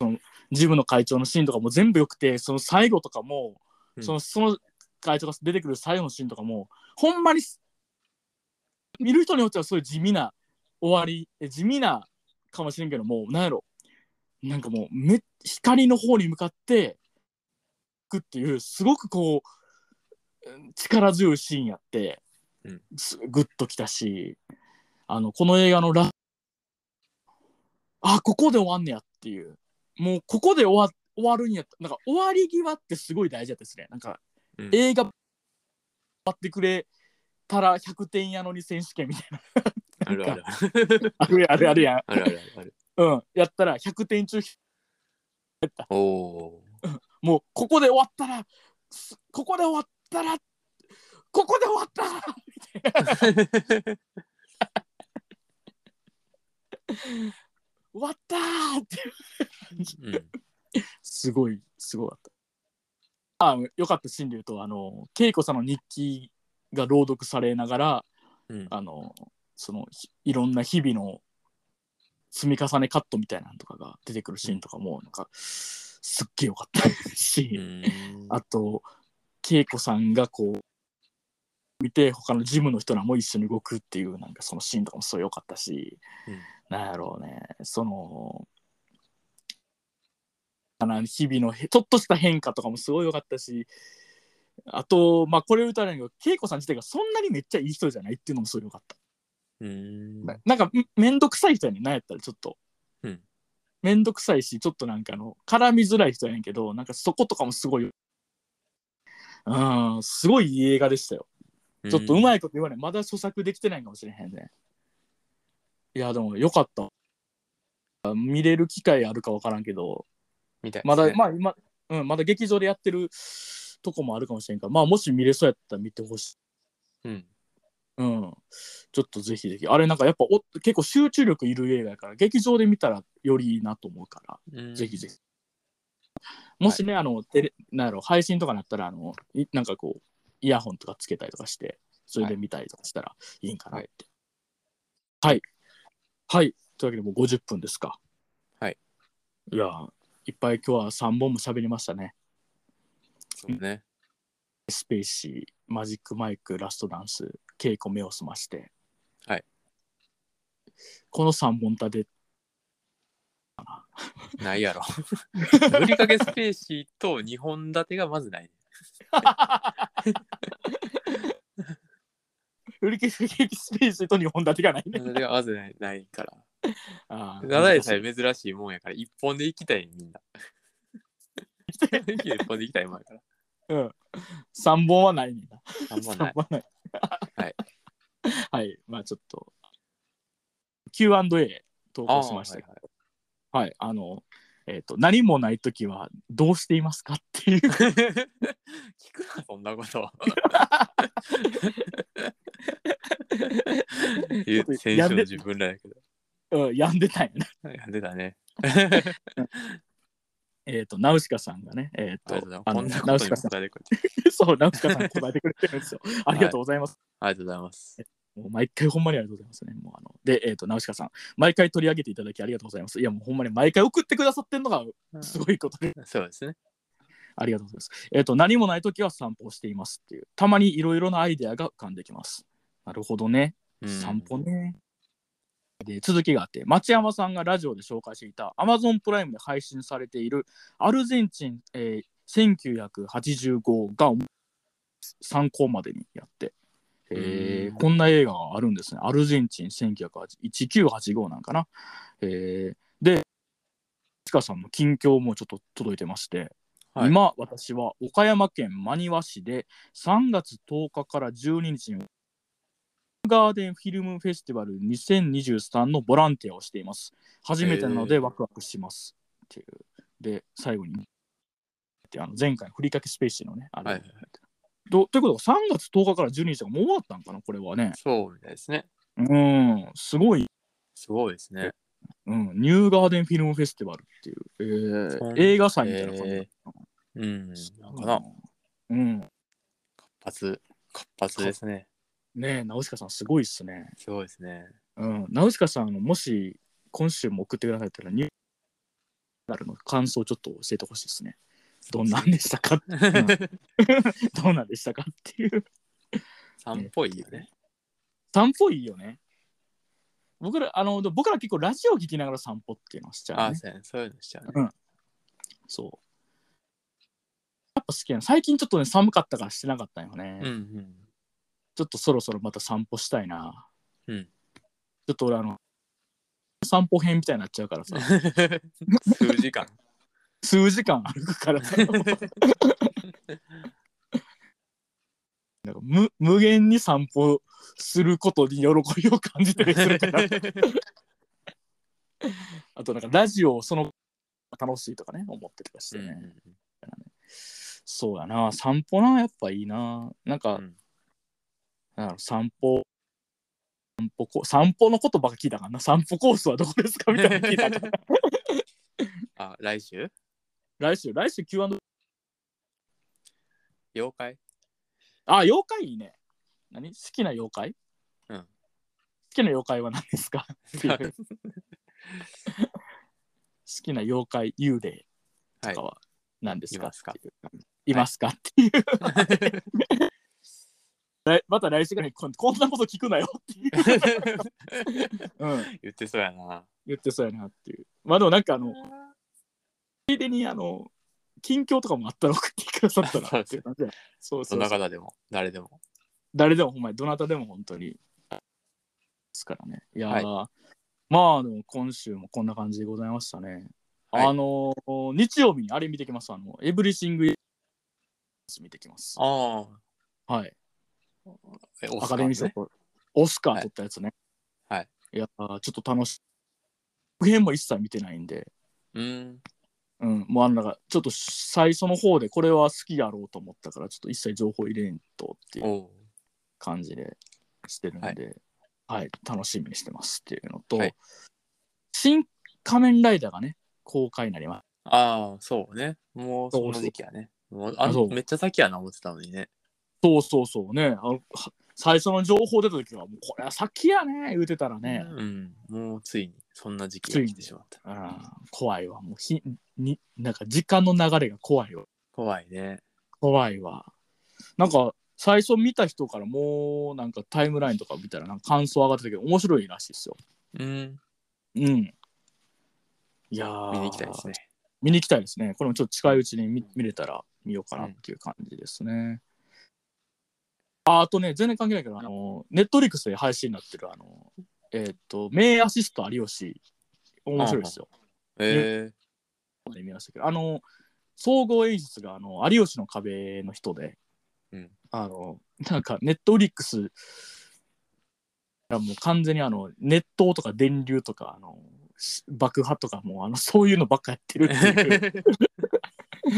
そのジムの会長のシーンとかも全部よくてその最後とかも、
うん
そのその会長が出てくる最後のシーンとかもほんまに見る人によってはそういう地味な終わりえ地味なかもしれんけどもなんやろなんかもうめ光の方に向かってくっていうすごくこううん力強いシーンやって、
うん
すグッときたしあのこの映画のラあここで終わんねやっていうもうここで終わ終わるんやったなんか終わり際ってすごい大事だったですねなんか
うん
映画終わってくれたら100点やのに選手権みたいな
あるある
あるやんあるあるやん
あるあるある。
うんやったら100点中
おお
もうここで終わったらすここで終わったらここで終わったら
ー。
終わったーって
うん
すごいすごかったあよかったシーンで言うとあの恵子さんの日記が朗読されながら
うん
あのそのひいろんな日々の積み重ねカットみたいなのとかが出てくるシーンとかもなんかすっげえよかったし、
うん
あと恵子さんがこう見て他のジムの人らも一緒に動くっていうなんかそのシーンとかもすごい良かったし、
うん
なんやろうねそのかな日々のへちょっとした変化とかもすごい良かったしあとまあこれを歌わないけど恵子さん自体がそんなにめっちゃいい人じゃないっていうのもすごい良かった
うん
ななんかんめんどくさい人やねんなんやったらちょっと、
うん
めんどくさいしちょっとなんかあの絡みづらい人やねんけどなんかそことかもすごいうんすごいいい映画でしたよちょっとうま
い。
いこと言わない。まだ著作できてないかもしれへんね。いや、でもよかった。見れる機会あるか分からんけど、
みたいですね
まだ、まあ今、うん、まだ劇場でやってるとこもあるかもしれんから、まあもし見れそうやったら見てほしい。
うん。
うん。ちょっとぜひぜひ。あれなんかやっぱお結構集中力いる映画やから、劇場で見たらよりいいなと思うから。
うん
ぜひぜひ。もしね、あの、テレなんやろ、配信とかなったら、あの、いなんかこう、イヤホンとかつけたりとかして、それで見たりとかしたらいいんかなって。はい。はい。というわけで、もう50分ですか。
はい。
いやー、いっぱい今日は3本も喋りましたね。
そうね。
スペーシー、マジックマイク、ラストダンス、稽古目を澄まして。
はい。
この3本立て
な いやろ。ぶりかけスペーシーと日本立てがまずない。
売り切れスペースと日本立てがない
日
ね。
本立てがまずないないから。
あ
ただでさえ珍しいもんやから、一本で行きたいみんな。一本で行きたいもんやか
う
ら。
ん。3本はないねんな。
あんまない
3。本はない。
はい。
はい。まあちょっと、Q&A 投
あ
稿
あ
しました
は
け
い
ど
はい。
はい、あの、えっ、と、何もないときはどうしていますかっていう
聞くな、そんな こと。 言う先週の自分らやけど。
うん、病んでたんやな。
やんでたね。
えっ、と、ナウシカさんがね、えっ、
ありがとうござ
と、あ
いますこ
の
んな
ナ
こ
ウ
と
シ
に
カさん、
答えてくれ て。
そう、ナウシカさん答えてくれてるんですよ。ありがとうございます。
ありがとうございます。
もう毎回ほんまにありがとうございますね。もうあので、えっ、と、ナウシカさん、毎回取り上げていただきありがとうございます。いや、もうほんまに毎回送ってくださってるのがすごいことで、
そうですね。
ありがとうございます。えっ、と、何もないときは散歩をしていますっていう、たまにいろいろなアイデアが浮かんできます。なるほどね。
うん
散歩ね。で、続きがあって、町山さんがラジオで紹介していた Amazon プライムで配信されているアルゼンチン、えー、1985が参考までにやって、えー
うん
こんな映画があるんですね。アルゼンチン1985なんかな。えーで、ちかさんの近況もちょっと届いてまして、
はい
今私は岡山県真庭市で3月10日から12日にガーデンフィルムフェスティバル2023のボランティアをしています。初めてなの
へ
で
ー
ワクワクします。っていう。で、最後に、であの前回のふりかけスペーシーのね、あれ
はいはいはい
どということは3月10日から12日がもう終わったんかな、これはね。
そうみたいですね。
うん、すごい、
すごいですね。
うん。ニューガーデンフィルムフェスティバルっていう、え
そ
ー
ん
映画祭みたいな感じだっ
うん。
た
なんかな、活。
うん。ね
発、活発ですね。
え、ナウシカさん、すごいっすね。
すごいですね。
うん、ナウシカさんあのもし今週も送ってくださったらニューガーデンの感想をちょっと教えてほしいですね。ど んなんでしたか どうなんでしたかっていう。
散歩いいよね。
散歩いいよね。僕ら、あの、でも僕ら結構ラジオ聞きながら散歩っていうのをしちゃう、ね。
あ、そうやね。そういうのしちゃうね。
そう。やっぱ好きなの最近ちょっとね、寒かったからしてなかったんよね。
うんうん。
ちょっとそろそろまた散歩したいな。
うん
ちょっと俺、あの、散歩編みたいになっちゃうからさ、
数時 間。
数時間歩くからさ。なんか無無限に散歩することに喜びを感じてるから あとなんかラジオをその楽しいとかね思ってとかしてね、そうやな散歩なやっぱいいななんか、
うん
なんやろ散歩散歩こ散歩のことばっか聞いたからな散歩コースはどこですかみたいなの聞いたから
あ、来週
来週来週 Q&A
妖怪
あ妖怪いいね何好きな妖怪、
うん
好きな妖怪は何ですかっていう好きな妖怪幽霊とかは何ですか、
いますか
っていういますかっていう来 また来週ぐらいにこんこんなこと聞くなよっていう、うん、
言ってそうやな。
言ってそうやなっていうまあでもなんかあのついでにあの近況とかもあったら送ってくださったらっていう感じでそう
そ
そ
ん
う
な
そう
方でも、誰でも。
誰でもほんまにどなたでも本当にですからねいやー、
はい
まあでも今週もこんな感じでございましたね、
はい
あのー日曜日にあれ見てきますあのエブリシング見てきます
ああ。
はい
え、オ
ア
スカ
カ
ー
デミー
です
賞
ね。
とオスカー取ったやつね
はいはい
いやーちょっと楽しい続編も一切見てないんで
うん。
うん、もうあんながちょっと最初の方でこれは好きやろうと思ったからちょっと一切情報入れんとっていう
おう
感じでしてるんで、
は
はい楽しみにしてますっていうのと、
はい
新仮面ライダーがね公開になります
ああ、そうね。もう
そう
その
そう
時期やね。もうあ
そ
の
う
めっちゃ先やな思ってたのにね。
そうそうそうねあのは最初の情報出た時はもうこれは先やね言うてたらね、
うん。もうついに、そんな時期が来てしまった。
うん怖いわもうひになんか時間の流れが怖いわ
怖いね。
怖いわなんか最初見た人からもうなんかタイムラインとか見たらなんか感想上がってたけど面白いらしいですよ
うん。
うんいやー
見に行きたいですね。
見に行きたいですねこれもちょっと近いうちに見見れたら見ようかなっていう感じですね、ああとね全然関係ないけどあのネットリックスで配信になってるあのえっ、と名アシスト有吉面白いですよ
え
見ましたけどあの総合演出があの有吉の壁の人で、
うん
あのなんかネットフリックスがもう完全にあの熱湯とか電流とかあのし爆破とかもうあのそういうのばっかやってるっていう
ー。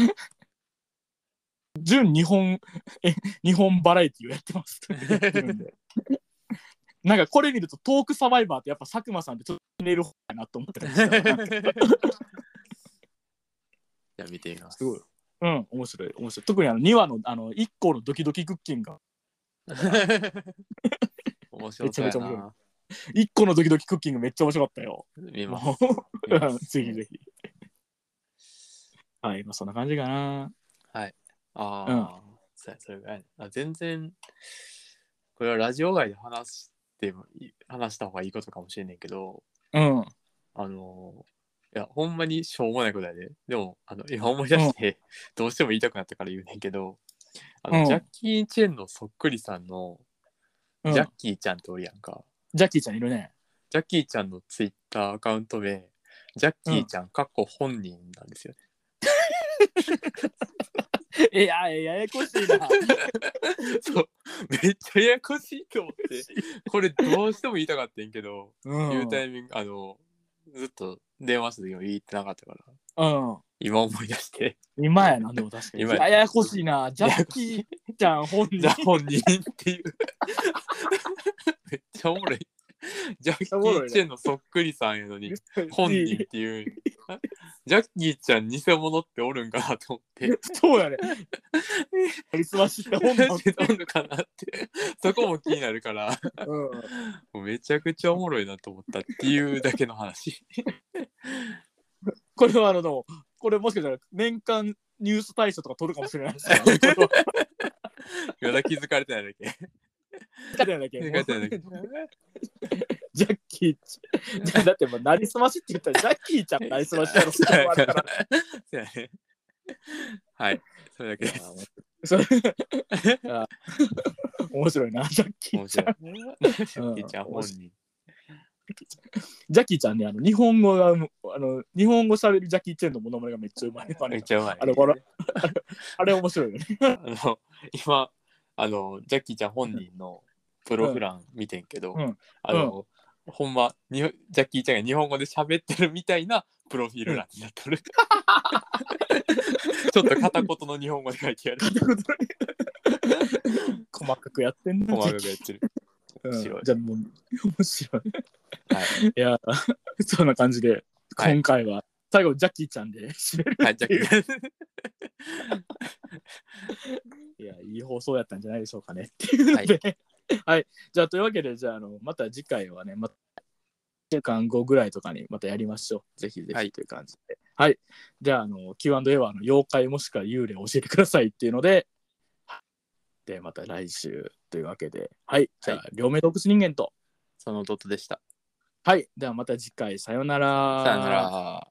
純日本え日本バラエティをやってますってや ってるんでなんかこれ見るとトークサバイバーってやっぱ佐久間さんってちょっと寝る方やなと思ってたんですけど なんか
じゃあ見てみます。
すごい。うん面白い面白い特にあの2話のあの1個のドキドキクッキングが
面白そう
め
や
ちゃめちゃ面白
な。
一個のドキドキクッキングめっちゃ面白かったよ。
見ます。見ま
もう
す
ぜひぜひ。はい、まあそんな感じかな。
ああ、そうやそれぐらいねあ。全然、これはラジオ外で話してもいい、話した方がいいことかもしれないけど、
うん。
あのーいや、ほんまにしょうもないことやで。でも、あの、今思い出して、どうしても言いたくなったから言うねんけど、あの、
うん
ジャッキー・チェンのそっくりさんの、
うん
ジャッキーちゃんっておるやんか。
ジャッキーちゃんいる ね。
ジャッキーちゃんのツイッターアカウント名、ジャッキーちゃん、かっこ本人なんですよね。
いや、いやややこしいな。
そう、めっちゃややこしいと思って、これどうしても言いたかったんやけど、
うん。
言うタイミング、あの、ずっと電話した時も言ってなかったから、
うん。
今思い出 して、
今やな、でも確かに。い
今や
や、ややこしいな。ジャッキーちゃん本
じ
人
ゃ。本 人っていう。めっちゃおもろい。ジャッキ
おもろい
ー・
ね
チェンのそっくりさんやのに、本人っていう。ジャッキーちゃん偽物っておるんかなと思って。
そうやね。カリスマ知って本人。
んのかなってそこも気になるから
うん。
もうめちゃくちゃおもろいなと思ったっていうだけの 話
これはあの、でもこれもしかしたら年間ニュース大賞とか取るかもしれないですよ。
まだ気づかれてないだけ
だけだけ
気づかれてないだけ
ジャッキーちゃん。だってもう、なりすましって言ったら、ジャッキーちゃんなりすましやろ、そ
そう
れは
や
あるから。
ねはいそれだけです
それあ 面白いな、ジャッキー
面
ちゃ
白
ん
い。ジャッキーちゃん
うん
本人
ジャッキーちゃんね、あの日本語がうむあの、日本語喋るジャッキー・チェンのモノマネがめっちゃうまい。あ
めっ
れ、
ちゃうまい
あれ 笑あれ面白いよね。
あの今あのジャッキーちゃん本人のプロフラン見てんけど、
うん
あの、ほんまにジャッキーちゃんが日本語で喋ってるみたいなプロフィール欄になっ とる、ちょっと片言の日本語で書いてある
細かくやってんな。
細か
ジ
くやって
ャ
る
ッキーうん
面白い
じゃあもう、面白い。、
はい
や、そんな感じで、
はい
今回は最後、ジャッキーちゃんで締める。
はいジャッキー
いや、いい放送やったんじゃないでしょうかね。っていうので、はい、じゃあ、というわけで、じゃあ、あの、また次回はね、また、1週間後ぐらいとかにまたやりましょう。ぜひぜ
は
ひ
い
という感じで。はい。じゃあ、あの、Q&A は、あの、妖怪もしくは幽霊を教えてくださいっていうので、で、また来週というわけで、はい。じゃあ、
は
両目洞窟人間と、
その弟でした
はい。では、また次回、さようなら。
さよなら